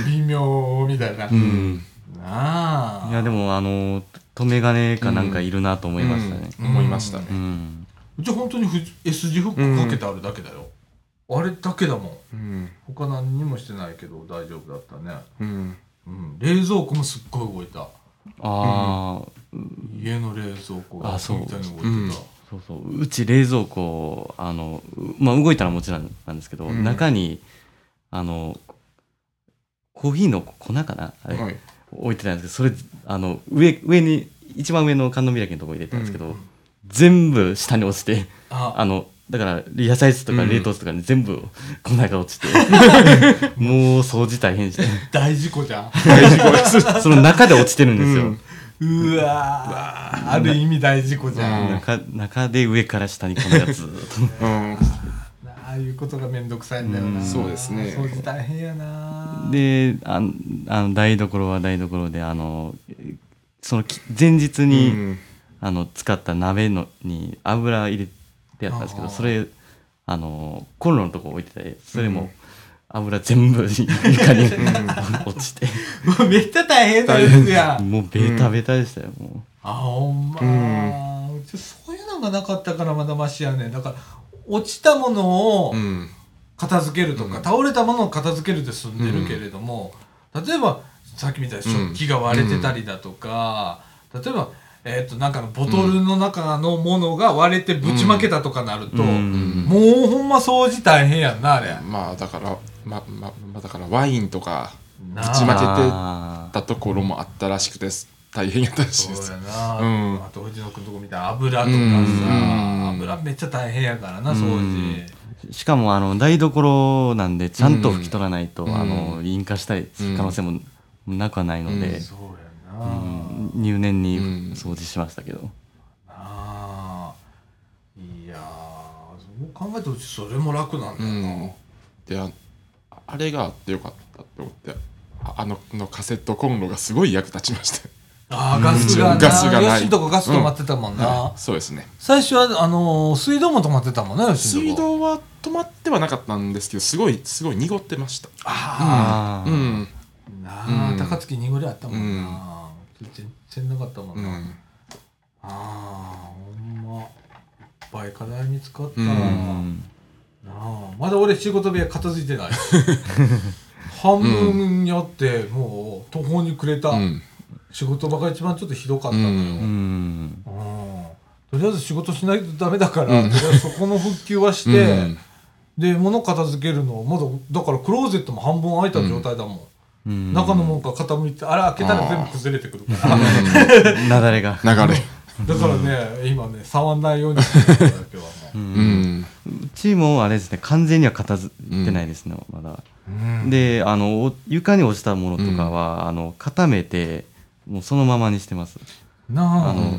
Speaker 1: 微妙みたいな、
Speaker 3: う
Speaker 1: なんあ
Speaker 2: いやでもあの留め金かなんかいるなと思いましたね
Speaker 3: うん思いましたね
Speaker 2: うん
Speaker 1: うち本当にふ S 字フックかけてあるだけだよ、あれだけだもん
Speaker 3: うん
Speaker 1: 他何にもしてないけど大丈夫だったね
Speaker 3: うん
Speaker 1: うん冷蔵庫もすっごい動いた
Speaker 2: ああ
Speaker 1: 家の冷蔵庫が
Speaker 2: あそう
Speaker 1: みたいに動いてた、
Speaker 3: うん
Speaker 2: そうそううち冷蔵庫あの、うまあ、動いたのはもちろんなんですけど、
Speaker 3: うん
Speaker 2: 中にあのコーヒーの粉かなあれ、
Speaker 3: はい
Speaker 2: 置いてたんですけどそれあの上上に一番上の観音開きのところに入れてたんですけど、
Speaker 3: うん
Speaker 2: 全部下に落ちて
Speaker 1: あ
Speaker 2: あのだから野菜室とか
Speaker 3: うん
Speaker 2: 冷凍室とか に全部粉が落ちて、 もう掃除大変して
Speaker 1: 大事故じゃん
Speaker 2: その中で落ちてるんですよ、
Speaker 3: うん
Speaker 1: うわーある意味大事故じゃん、
Speaker 3: うん
Speaker 2: 中中で上から下に粉がずーっと。
Speaker 3: うん
Speaker 1: ああいうことがめんどくさいんだよな、
Speaker 2: うん
Speaker 3: そうですね
Speaker 1: 掃除大変や な
Speaker 2: であんあの台所は台所であのえそのき前日に、
Speaker 3: うん
Speaker 2: あの使った鍋のに油入れてやったんですけ
Speaker 1: あ
Speaker 2: ど
Speaker 1: ー
Speaker 2: それあのコンロのとこ置いててそれも油全部床に落ちて
Speaker 1: もうめっちゃ大変なやつやん
Speaker 2: もうベタベタでしたよも
Speaker 1: あほんま、うちそういうのがなかったからまだましやねだから落ちたものを
Speaker 3: うん
Speaker 1: 片付けるとか、
Speaker 3: うん
Speaker 1: 倒れたものを片付けるで済んでるけれども、例えばさっきみたいに食器が割れてたりだとか、例えば、えー、となんかのボトルの中のものが割れてぶちまけたとかなる
Speaker 2: う
Speaker 1: と、
Speaker 2: うん
Speaker 1: もうほんま掃除大変やんなあれ。
Speaker 3: まあだからまままだからワインとか
Speaker 1: なあ
Speaker 3: ぶちまけ
Speaker 2: あー
Speaker 3: たところもあったらしくて大変やったらしいで
Speaker 1: そう
Speaker 3: す
Speaker 1: やな、
Speaker 3: うん
Speaker 1: あと藤野君のとこみたいな油とかさ、
Speaker 3: うん
Speaker 1: 油めっちゃ大変やからな掃除、
Speaker 3: うん
Speaker 2: しかもあの台所なんでちゃんと拭き取らないと、
Speaker 3: うん
Speaker 2: あの引火したりする可能性もなくはないので、
Speaker 1: そうやな、
Speaker 2: うん入念に
Speaker 3: うん
Speaker 2: 掃除しましたけど。
Speaker 1: あーいやーそう考えてうちそれも楽なんだ
Speaker 3: う
Speaker 1: よ
Speaker 3: んでああれがあってよかったって思ってああののカセットコンロがすごい役立ちました
Speaker 1: ああガスがな
Speaker 3: ガスがない
Speaker 1: よしんとこガス止まってたもんな、
Speaker 3: はい そうですね
Speaker 1: 最初はあのー水道も止まってたもんねよしん
Speaker 3: 水
Speaker 1: とこ
Speaker 3: 道は止まってはなかったんですけどすごいすごい濁ってました
Speaker 1: あ
Speaker 2: あ
Speaker 3: う
Speaker 2: ー
Speaker 3: ん
Speaker 1: あ、なあ、
Speaker 3: うん
Speaker 1: 高槻濁りあったもんな、全然なかったもん
Speaker 3: う
Speaker 1: な、あ
Speaker 3: ん
Speaker 1: あーほんまいっぱい課題見つかった
Speaker 3: う
Speaker 1: な、
Speaker 2: うん
Speaker 1: なあまだ俺仕事部屋片付いて ない半分やってもう途方に暮れた、
Speaker 3: うん
Speaker 1: 仕事場が一番ちょっとひどかった
Speaker 3: う
Speaker 1: のよ、
Speaker 2: うんん
Speaker 1: うんとりあえず仕事しないとダメだから、
Speaker 3: うん
Speaker 1: とりあえずそこの復旧はし
Speaker 3: う
Speaker 1: て、
Speaker 3: ん
Speaker 1: で物片付けるのをまだだからクローゼットも半分開いた状態だもん、
Speaker 2: 中
Speaker 1: 中のもんが傾いてあれ開けたら全部崩れてくるから、
Speaker 2: 雪崩が
Speaker 3: 流れ
Speaker 1: だからね、今ね触んないようにしてるんだけど
Speaker 2: う
Speaker 3: うんん
Speaker 2: うちもあれですね完全には片付いてないですね、まだであのお床に落ちたものとかは、あの固めてもうそのままにしてます
Speaker 1: なあ
Speaker 2: あの、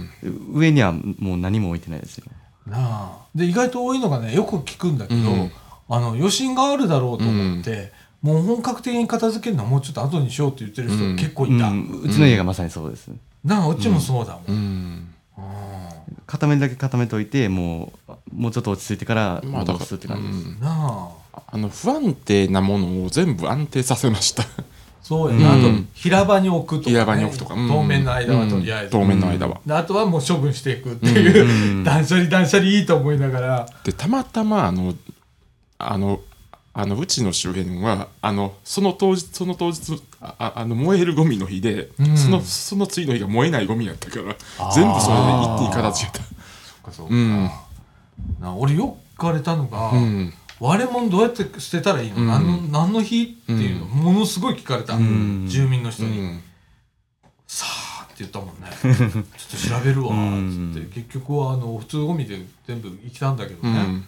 Speaker 2: 上にはもう何も置いてないですよ
Speaker 1: なあで意外と多いのがねよく聞くんだけど、
Speaker 3: うん
Speaker 1: あの余震があるだろうと思って、もう本格的に片付けるのはもうちょっと後にしようって言ってる人
Speaker 3: うん
Speaker 1: 結構
Speaker 2: う
Speaker 1: いた、
Speaker 2: んうちの家がまさにそうです、
Speaker 1: なあうちもそうだもん、
Speaker 3: うん
Speaker 1: うん
Speaker 2: 固めるだけ固めておいてもうもうちょっと落ち着いてから
Speaker 3: まあだ
Speaker 2: 戻
Speaker 3: か
Speaker 2: すって
Speaker 3: ら
Speaker 2: 感じです、
Speaker 3: うん
Speaker 1: なあ
Speaker 3: あの不安定なものを全部安定させました
Speaker 1: そうやな、
Speaker 3: うん
Speaker 1: あと平場に置 くとか、
Speaker 3: 平場に置くとか、うん
Speaker 1: 当面の間はとりあえず、
Speaker 3: うん当面の間は、
Speaker 1: であとはもう処分していくっていう、
Speaker 2: うん
Speaker 1: 断捨離断捨離いいと思いながら
Speaker 3: でたまたまあのあのあのうちの周辺はあのその当日その当日あああの燃えるゴミの日で、
Speaker 1: うん
Speaker 3: そのその次の日が燃えないゴミやったから
Speaker 1: あー
Speaker 3: 全部それで一気に形やった
Speaker 1: そっかそっか、
Speaker 3: うん
Speaker 1: な俺よく聞かれたのが、
Speaker 3: うん
Speaker 1: 割れ物どうやって捨てたらいいの、
Speaker 3: うん
Speaker 1: 何の何の日っていうの、
Speaker 3: うん
Speaker 1: ものすごい聞かれた、
Speaker 2: ん
Speaker 1: 住民の人
Speaker 3: う
Speaker 1: に、
Speaker 3: ん
Speaker 1: さあって言ったもんね ちょっと調べるわ
Speaker 2: うん
Speaker 1: っつって結局はあの普通ゴミで全部生きたんだけど
Speaker 3: う
Speaker 1: ね、う
Speaker 3: ん
Speaker 1: ん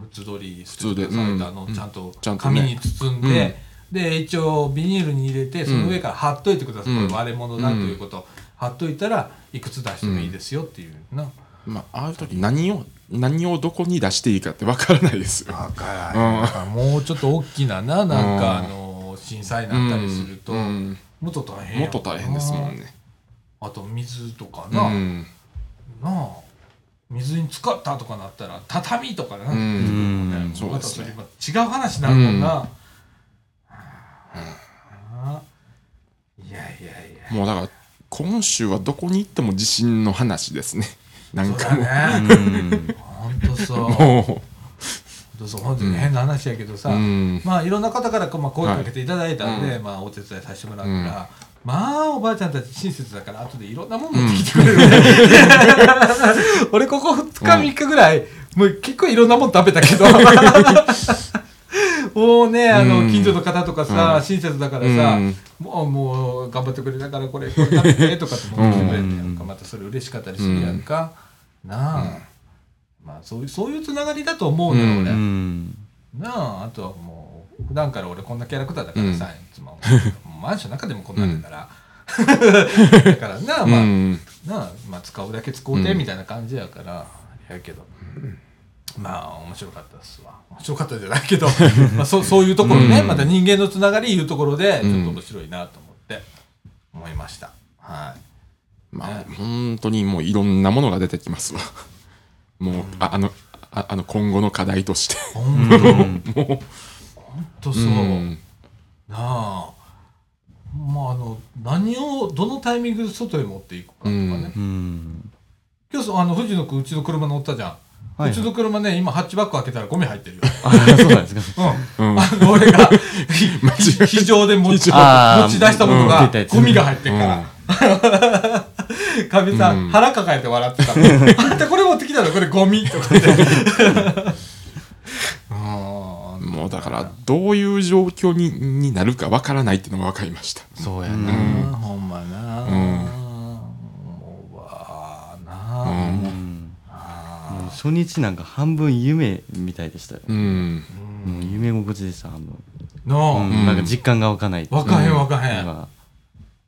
Speaker 1: 普通通り捨
Speaker 3: 普通
Speaker 1: て
Speaker 3: で
Speaker 1: てくださいってあ
Speaker 3: う
Speaker 1: の
Speaker 3: ん
Speaker 1: ちゃんと
Speaker 3: ちゃんとね
Speaker 1: 紙に包んで、で一応ビニールに入れてその上から貼っといてください、
Speaker 3: う
Speaker 1: こ
Speaker 3: ん
Speaker 1: れ割れ物だということ、貼っといたらいくつ出してもいいですよっていうな、
Speaker 3: まあああいう時何を何をどこに出していいかってわからないですよ
Speaker 1: わから
Speaker 3: うん
Speaker 1: だからもうちょっと大きなななんかあ
Speaker 3: うん
Speaker 1: の震災になったりすると、
Speaker 3: うん
Speaker 1: もっと大変
Speaker 3: も
Speaker 1: や
Speaker 3: っと大変ですもんね
Speaker 1: あと水とか
Speaker 3: う
Speaker 1: な、
Speaker 3: ん
Speaker 1: なあ水に浸かったとかなったら畳とかな、ね
Speaker 3: うん
Speaker 2: ん
Speaker 3: そう
Speaker 1: ま
Speaker 3: で
Speaker 1: た
Speaker 3: す
Speaker 1: それ
Speaker 3: ね
Speaker 1: は違う話になるもんな、
Speaker 3: うん
Speaker 1: ああいやいやいや
Speaker 3: もうだから今週はどこに行っても地震の話ですねなんか
Speaker 1: そう
Speaker 3: もう
Speaker 1: だね
Speaker 2: うん
Speaker 1: 本当そう本
Speaker 3: も
Speaker 1: 当そう本当に変な話やけどさ、
Speaker 3: ううん
Speaker 1: まあいろんな方からこう、まあ、声かけていただいたんで、まあ、お手伝いさせてもらうから、
Speaker 3: うん
Speaker 1: まあおばあちゃんたち親切だから後でいろんなもん持ってきてくれるね、俺ここ2日3日ぐらい、もう結構いろんなもん食べたけどもうねあの、
Speaker 3: うん
Speaker 1: 近所の方とかさ、
Speaker 3: うん
Speaker 1: 親切だからさ、
Speaker 3: うん
Speaker 1: もうもう頑張ってくれたからこれこれ食べてとかって持ってきてくれるやんか、
Speaker 2: うん
Speaker 1: またそれ嬉しかったりするやんか、なあ、まあそういうそういうつながりだと思うのよ、
Speaker 3: うん
Speaker 1: 俺。
Speaker 2: うん
Speaker 1: なああとはもう普段から俺こんなキャラクターだからさ、
Speaker 3: うん
Speaker 1: いつも もうマンションの中でもこんなんだから、だからなあ
Speaker 3: う
Speaker 1: まあ、
Speaker 3: ん
Speaker 1: なあ、まあ、使うだけ使うてみたいな感じやから、やけど、まあ面白かったっすわ面白かったじゃない けどまあそうそういうところね、
Speaker 3: うん
Speaker 1: また人間のつながりいうところでち
Speaker 3: う
Speaker 1: ょ
Speaker 3: ん
Speaker 1: っと面白いなと思って思いました、はい
Speaker 3: まあ
Speaker 1: ね
Speaker 3: 本当にもういろんなものが出てきますわ もうああのああの今後の課題として
Speaker 1: 本当本
Speaker 3: も
Speaker 1: 当
Speaker 3: う
Speaker 1: そう、
Speaker 3: うん
Speaker 1: なあまああの何をどのタイミングで外へ持っていくかとかね、
Speaker 3: うん
Speaker 2: うん
Speaker 1: 今日そあの藤野君うちの車乗ったじゃん、
Speaker 2: はいう
Speaker 1: ちの車ね今ハッチバック開けたらゴミ入ってるよ、
Speaker 2: あそうなんですか
Speaker 1: う、
Speaker 3: うんん
Speaker 1: あの俺がひひ非常で持ち持ち出
Speaker 2: あー
Speaker 1: したもの
Speaker 2: うん
Speaker 1: が
Speaker 2: 出たやつ
Speaker 1: ゴミが入ってるから、かみさん、
Speaker 3: うん
Speaker 1: 腹抱えて笑ってたのあんたこれ持ってきたのこれゴミとかってあ
Speaker 3: うんもうだからどういう状況にになるかわからないっていうのが分かりました
Speaker 1: ーそうやな、ほんまな、
Speaker 3: うん
Speaker 1: もうわーなあ、
Speaker 3: う
Speaker 2: うんん
Speaker 1: あ
Speaker 2: もう初日なんか半分夢みたいでしたよ
Speaker 3: うん
Speaker 2: もう夢心地でした半分
Speaker 1: ーなあ、
Speaker 2: うんなんか実感が湧かないっていう
Speaker 1: わかへんわかへん、
Speaker 2: のが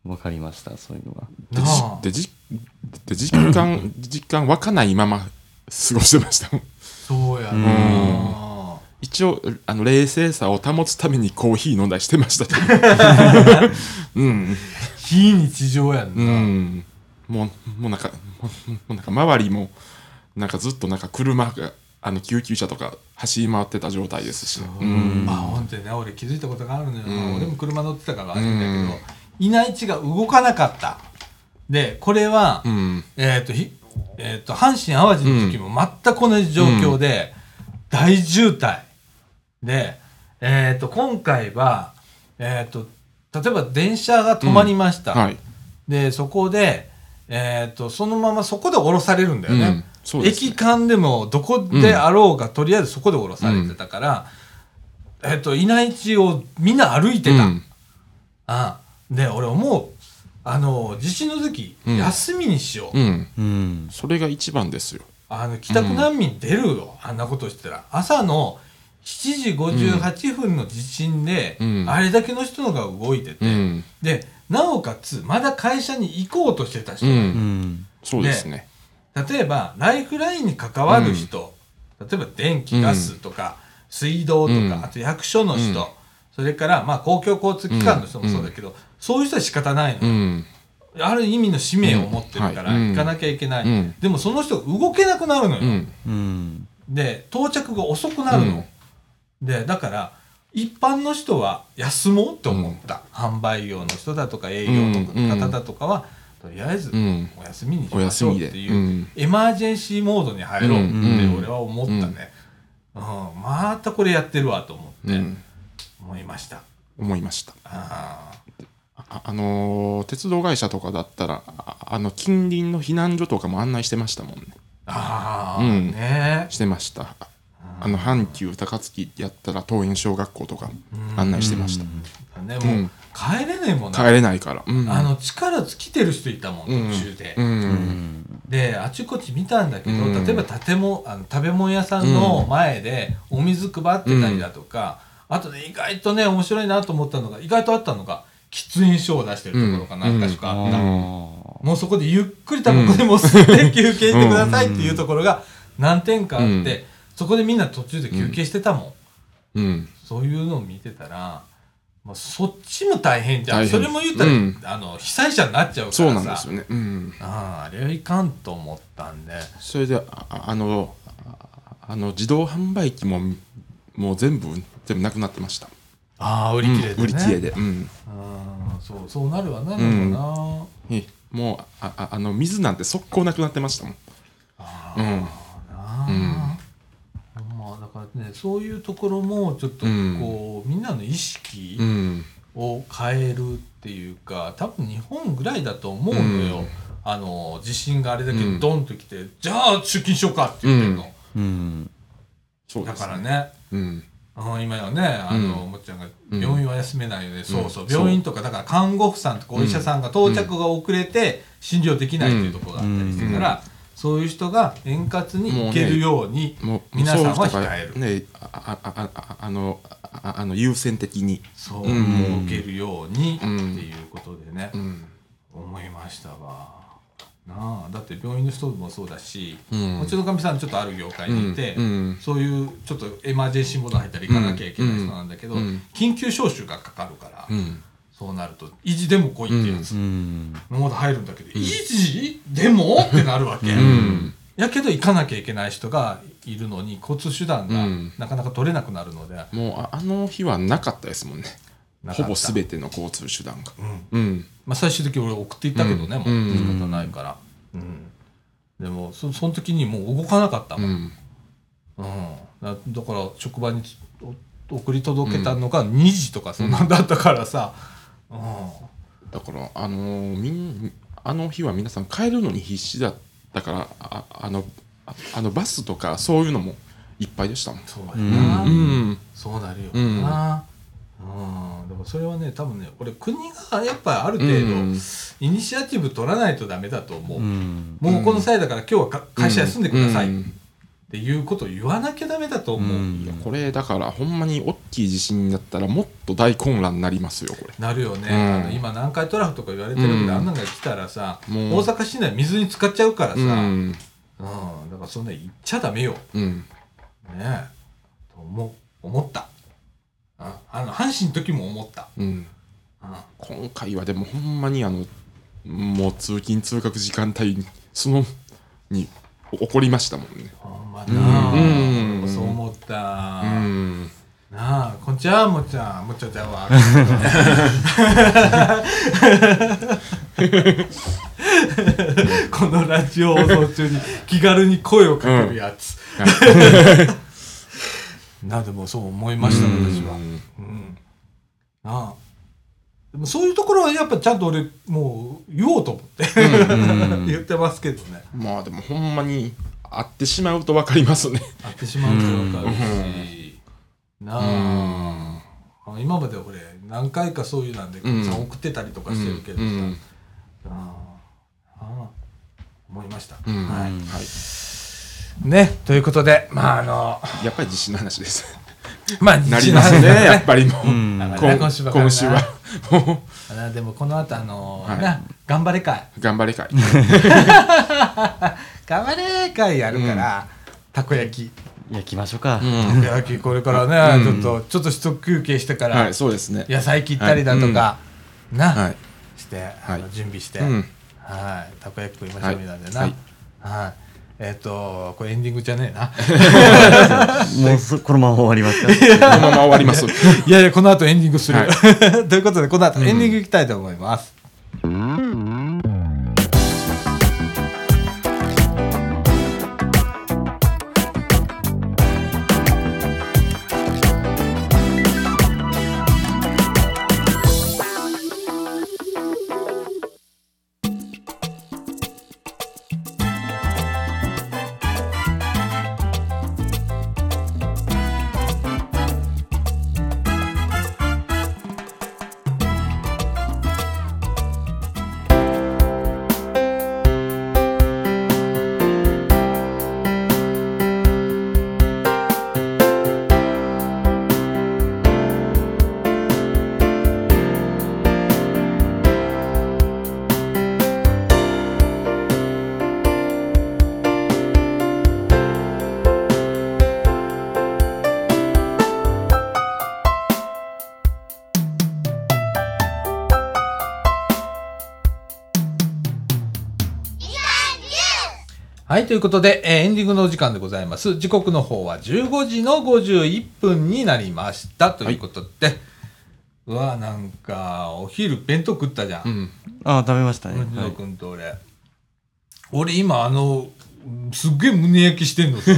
Speaker 2: 分かりましたそういうのが
Speaker 3: で
Speaker 1: なあ
Speaker 3: じでじで実 感実感湧かないまま過ごしてました
Speaker 1: そうやな、
Speaker 3: 一応あの冷静さを保つためにコーヒー飲んだりしてましたけ どうん
Speaker 1: 非日常やん
Speaker 3: う
Speaker 1: な、
Speaker 3: んもうもうなんか もうもうなんか周りもなんかずっとなんか車があの救急車とか走り回ってた状態ですし、うん
Speaker 1: まあ本当にね俺気づいたことがあるのよ、
Speaker 3: うん
Speaker 1: 俺も車乗ってたからあれだけど、いない地が動かなかったでこれは、
Speaker 3: うん
Speaker 1: えっ、とひえーと阪神・淡路の時も全く同じ状況で、大渋滞で、えっと今回は、えっと例えば電車が止まりました、
Speaker 3: はい
Speaker 1: でそこで、えっとそのままそこで降ろされるんだよね、
Speaker 3: うんそうですね
Speaker 1: 駅間でもどこであろうが、とりあえずそこで降ろされてたから、えっといない地をみんな歩いてた、
Speaker 3: うん
Speaker 1: ああで俺思うあの地震の時、
Speaker 3: うん
Speaker 1: 休みにしよう、
Speaker 3: うん
Speaker 2: うん
Speaker 3: それが一番ですよ
Speaker 1: あの帰宅難民出るよ、あんなことしてたら朝の7時58分の地震で、
Speaker 3: うん
Speaker 1: あれだけの人が動いてて、
Speaker 3: うん
Speaker 1: でなおかつまだ会社に行こうとしてた人、
Speaker 3: う
Speaker 2: うんん
Speaker 3: そうですね
Speaker 1: 例えばライフラインに関わる人、例えば電気ガスとか、水道とか、
Speaker 3: うん
Speaker 1: あと役所の人、
Speaker 3: うん
Speaker 1: それからまあ公共交通機関の人もそうだけど、そういう人は仕方ないの、
Speaker 3: うん
Speaker 1: ある意味の使命を持ってるから
Speaker 3: うんはい
Speaker 1: 行かなきゃいけない、
Speaker 3: うん
Speaker 1: でもその人動けなくなるのよ、
Speaker 3: うん
Speaker 2: うん
Speaker 1: で到着が遅くなるの、でだから一般の人は休もうと思った、販売業の人だとか営業の方だとかは、とりあえず
Speaker 3: うん
Speaker 1: お休みにし
Speaker 3: お
Speaker 1: まし
Speaker 3: 休
Speaker 1: ょうっ
Speaker 3: み
Speaker 1: て
Speaker 3: で
Speaker 1: いう、
Speaker 3: うん
Speaker 1: エマージェンシーモードに入ろうっ
Speaker 3: うん
Speaker 1: て俺は思ったね、うんまたこれやってるわと思って、
Speaker 3: ね、
Speaker 1: 思いました
Speaker 3: 思いました。
Speaker 1: あ
Speaker 3: ああのー鉄道会社とかだったらああの近隣の避難所とかも案内してましたもんね
Speaker 1: ーあー、
Speaker 3: うん
Speaker 1: ね
Speaker 3: してましたあの阪急高槻やったら桃園小学校とか案内してました
Speaker 1: ねもう、
Speaker 3: うん
Speaker 1: 帰れねえもんな
Speaker 3: 帰れないから、うん
Speaker 1: あの力尽きてる人いたもん
Speaker 3: うん
Speaker 1: 途中で、
Speaker 3: うん
Speaker 1: であちこち見たんだけど、
Speaker 3: うん
Speaker 1: 例えば建物あの食べ物屋さんの前でお水配ってたりだとか、あとね意外とね面白いなと思ったのが意外とあったのが喫煙所を出してるところが何か所かあった、
Speaker 2: あ
Speaker 1: もうそこでゆっくりタバコでも吸って休憩してくださいっていうところが何点かあって、
Speaker 3: うん
Speaker 1: そこでみんな途中で休憩してたもん、
Speaker 3: うん
Speaker 1: そういうのを見てたら、まあ、そっちも大変じゃん
Speaker 3: 大変
Speaker 1: それも言ったら、
Speaker 3: うん
Speaker 1: あの被災者になっちゃうか
Speaker 3: そう
Speaker 1: ら
Speaker 3: な
Speaker 1: さ
Speaker 3: んですよね、うん、
Speaker 1: あああれはいかんと思ったんで
Speaker 3: それでああのああの自動販売機ももう全部全部なくなってました
Speaker 1: ああ売り切れで、ね
Speaker 3: うん売り切れで、うん
Speaker 1: うんそうそうなるわな、
Speaker 3: ん
Speaker 1: なんかな
Speaker 3: えもうあああの水なんて速攻なくなってましたもん
Speaker 1: あ
Speaker 3: う
Speaker 1: あ
Speaker 3: ん
Speaker 1: なあ、まあだからねそういうところもちょっとこう、みんなの意識、
Speaker 3: うん
Speaker 1: を変えるっていうか多分日本ぐらいだと思うのよ、
Speaker 3: うん
Speaker 1: あの地震があれだけ
Speaker 3: うん
Speaker 1: ドンときて、じゃあ出勤しようかって言ってるの、
Speaker 2: うん
Speaker 3: そうで
Speaker 1: だ
Speaker 3: す
Speaker 1: からね
Speaker 3: うん
Speaker 1: うん今はねあの、
Speaker 3: う
Speaker 1: もっちゃんが
Speaker 3: うん
Speaker 1: 病院は休めないよね、そうそう
Speaker 3: うん
Speaker 1: 病院とかだから看護婦さんとかお医者さんが到着が遅れて診療できないというところがあったりするから、そういう人が円滑に行けるように、
Speaker 3: もう
Speaker 1: 皆さんは
Speaker 3: そうだから
Speaker 1: 控える
Speaker 3: ねあああああのああの優先的に
Speaker 1: そう
Speaker 3: うん
Speaker 1: 動けるようにって
Speaker 3: うん
Speaker 1: いうことでね、
Speaker 3: うん
Speaker 1: 思いましたわなあだって病院の人もそうだし、
Speaker 3: うん
Speaker 1: うちのかみさんちょっとある業界にいて、
Speaker 3: うんうん
Speaker 1: そういうちょっとエマージェンシーモード入ったら行かなきゃいけない人なんだけど、
Speaker 3: うんうん
Speaker 1: 緊急招集がかかるから、
Speaker 3: うん
Speaker 1: そうなると「維持でも来い」ってやつ、
Speaker 2: うん
Speaker 1: まだ入るんだけど「維持でも?」ってなるわけ、
Speaker 3: うん
Speaker 1: やけど行かなきゃいけない人がいるのに交通手段が
Speaker 3: うん
Speaker 1: なかなか取れなくなるので、なか
Speaker 3: もうああの日はなかったですもんね
Speaker 1: った
Speaker 3: ほぼ全ての交通手段がうん
Speaker 1: まあ、最終的に俺送っていったけどね、
Speaker 3: うん
Speaker 1: もう仕方ないから、うんでもそその時にもう動かなかった
Speaker 3: う
Speaker 1: もん、うん
Speaker 3: ん
Speaker 1: だだから職場にお送り届けたのが2時とかそんなんだったからさ、うん
Speaker 3: だからあのーみんあの日は皆さん帰るのに必死だったからああのああのバスとかそういうのもいっぱいでしたもん
Speaker 1: そうや
Speaker 2: う
Speaker 1: な、
Speaker 3: うん
Speaker 1: そうなるよな、うんでもそれはね多分ね俺国がやっぱある程度、
Speaker 3: うん
Speaker 1: イニシアティブ取らないとダメだと思う、
Speaker 2: うん
Speaker 1: もうこの際だから今日はか会社休んでくださいっ
Speaker 3: うん
Speaker 1: ていうことを言わなきゃダメだと思う、
Speaker 2: うん
Speaker 3: いやこれだからほんまに大きい地震だったらもっと大混乱になりますよこれ
Speaker 1: なるよね、
Speaker 3: うん
Speaker 1: あの今南海トラフとか言われてるけど、
Speaker 3: うん
Speaker 1: あんなんが来たらさ、
Speaker 3: もう
Speaker 1: 大阪市内水に浸かっちゃうからさ、う
Speaker 3: うんん
Speaker 1: だからそんな言っちゃダメよね
Speaker 3: うん
Speaker 1: えと思う思ったああの阪神の時も思った、
Speaker 3: うん
Speaker 1: うん
Speaker 3: 今回はでもほんまにあのもう通勤通学時間帯にそのにお起こりましたもんね
Speaker 1: ほんまなあ、
Speaker 3: うん
Speaker 1: そう思った、
Speaker 3: うん
Speaker 1: なあこんちはもっちゃんもっちゃんちゃ うわこのラジオ放送中に気軽に声をかけるやつ、なでもそう思いました私は、
Speaker 3: うん
Speaker 1: うん、なあでもそういうところはやっぱちゃんと俺もう言おうと思って、 言ってますけどね
Speaker 3: まあでもほんまに会ってしまうと分かりますね
Speaker 1: あってしまうとわかるし、なあ、あの今まで俺何回かそういうなんで、
Speaker 3: うん
Speaker 1: 送ってたりとかしてるけどさ、
Speaker 3: うん
Speaker 1: ああああ思いました、
Speaker 3: うん
Speaker 1: は、
Speaker 3: はい
Speaker 1: ねということでまああの
Speaker 3: い、やっぱり地震の話です
Speaker 1: まあ
Speaker 3: な
Speaker 1: 日
Speaker 3: り
Speaker 1: 中
Speaker 3: ま
Speaker 1: の話
Speaker 3: すね
Speaker 1: だから
Speaker 3: やっぱりもう、
Speaker 2: ん
Speaker 1: だからね
Speaker 3: 今
Speaker 1: 今
Speaker 3: 週
Speaker 1: 週
Speaker 3: は
Speaker 1: は
Speaker 3: 今週はも
Speaker 1: あでもこの後あの
Speaker 3: はい
Speaker 1: な頑張れ会
Speaker 3: う頑張れ会
Speaker 1: 頑張れ会やるから、たこ焼き
Speaker 2: 焼きましょうか。
Speaker 1: たこ焼きこれからね、ちょっとちょっと一休憩してから、
Speaker 3: はいそうですね
Speaker 1: 野菜切ったりだとか、な、
Speaker 3: はい
Speaker 1: して、あの
Speaker 3: はい
Speaker 1: 準備して、
Speaker 3: うん
Speaker 1: はいたこ焼き食いましょうみたいなんでな、
Speaker 3: は
Speaker 1: はいいえっ、とこれエンディングじゃねえな
Speaker 2: もうそこのまま終わりますから。
Speaker 3: このまま終わります
Speaker 1: いやいやこの後エンディングする、
Speaker 3: は
Speaker 1: ということでこの後エンディングいきたいと思います、はい、ということで、えーエンディングのお時間でございます。時刻の方は15時の51分になりました。ということで、うわ、なんか、お昼弁当食ったじゃ。
Speaker 3: うんん
Speaker 2: ああ食べましたね、
Speaker 1: 藤
Speaker 2: は
Speaker 1: 野
Speaker 2: い、
Speaker 1: 君と俺。俺今、あの、すっげえ胸焼きしてんの さ。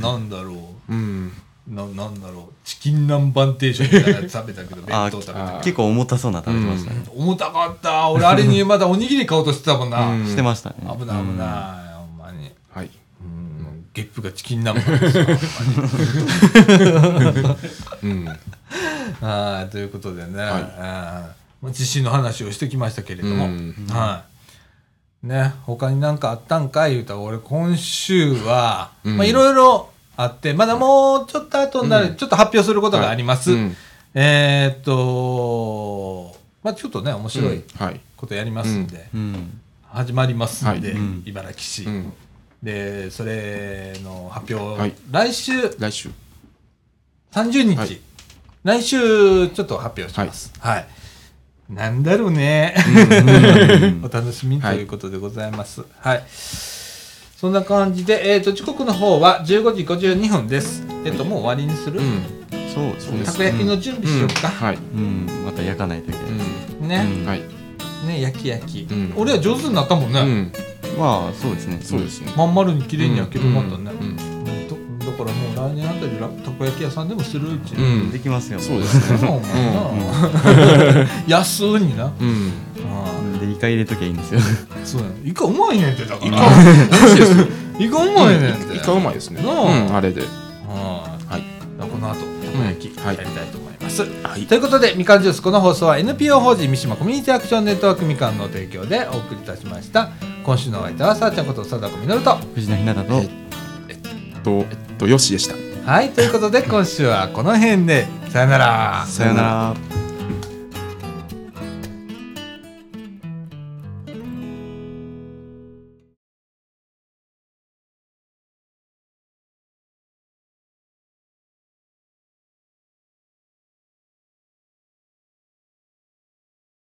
Speaker 1: ななんだろ
Speaker 3: うん
Speaker 1: う。な、なんだろう。チキン南蛮定食みたいなやつ食べたけど、弁
Speaker 2: あ
Speaker 1: 当食べ
Speaker 3: あ
Speaker 1: た
Speaker 2: 結構重たそうな食べてましたね、
Speaker 1: けど。重たかった。俺、あれにまだおにぎり買おうとしてたもんな。
Speaker 3: うん
Speaker 2: してましたね
Speaker 1: 危ない危ない。ほんまに。
Speaker 3: は
Speaker 1: う
Speaker 3: い
Speaker 1: んゲップがチキン南蛮ですよほんまに
Speaker 3: うん
Speaker 1: はいということでね、
Speaker 3: はい
Speaker 1: はい、地震の話をしてきましたけれども、
Speaker 3: うん
Speaker 1: はいね他に何かあったんか言うたら俺今週は
Speaker 3: うん
Speaker 1: まあいろいろあってまだもうちょっと後になる、ちょっと発表することがあります、
Speaker 3: はいうん
Speaker 1: えーっとまあちょっとね面白い
Speaker 3: はい
Speaker 1: ことやりますんで、
Speaker 2: うん
Speaker 1: 始まりますんで、
Speaker 3: はい
Speaker 2: うん
Speaker 1: 茨城市、
Speaker 3: うん
Speaker 1: でそれの発表、
Speaker 3: はい
Speaker 1: 来週
Speaker 3: 来週
Speaker 1: 30日、
Speaker 3: はい
Speaker 1: 来週ちょっと発表します。はい。なんだろうね。 お楽しみと
Speaker 3: はい
Speaker 1: いうことでございます。はい。そんな感じで、えっ、と、時刻の方は15時52分です。えっ、と、もう終わりにする、
Speaker 3: うん
Speaker 2: そうですね
Speaker 1: たこ焼きの準備しようか。
Speaker 3: はい
Speaker 2: うんまた焼かないといけない、
Speaker 1: ね、
Speaker 2: うん
Speaker 3: はい
Speaker 1: ね、焼き焼き、
Speaker 3: うん
Speaker 1: 俺は上手になったもんね。
Speaker 3: うん
Speaker 2: まあそうですね
Speaker 3: そうですね
Speaker 1: まん丸に綺麗に焼けるかったね、
Speaker 3: うん
Speaker 1: うんだだからもう来年あたりらたこ焼き屋さんでもするうち
Speaker 3: う
Speaker 1: に、
Speaker 3: ん
Speaker 2: できますよ
Speaker 3: そうですね
Speaker 1: そうお前な、安うにな、
Speaker 3: うん
Speaker 1: ああ
Speaker 2: でイカ入れときゃいいんですよ
Speaker 1: そうやねイカうまいねんってだから
Speaker 3: 美味しいですよ
Speaker 1: イカうまいねんって
Speaker 3: イカうまいですね
Speaker 1: な
Speaker 3: う
Speaker 1: あ
Speaker 3: んあれで
Speaker 1: はい
Speaker 3: はい
Speaker 1: だからこの後たこ焼き
Speaker 3: うんは
Speaker 1: や
Speaker 3: い
Speaker 1: りたいと思います、
Speaker 3: はい
Speaker 1: ということでみかんジュースこの放送は NPO 法人三島コミュニティアクションネットワークみかんの提供でお送りいたしました今週のお相手はさあちゃんこと貞子みのると
Speaker 2: 藤野ひなたと
Speaker 3: とえっとよしでした
Speaker 1: はいということで今週はこの辺でさよなら
Speaker 2: さよなら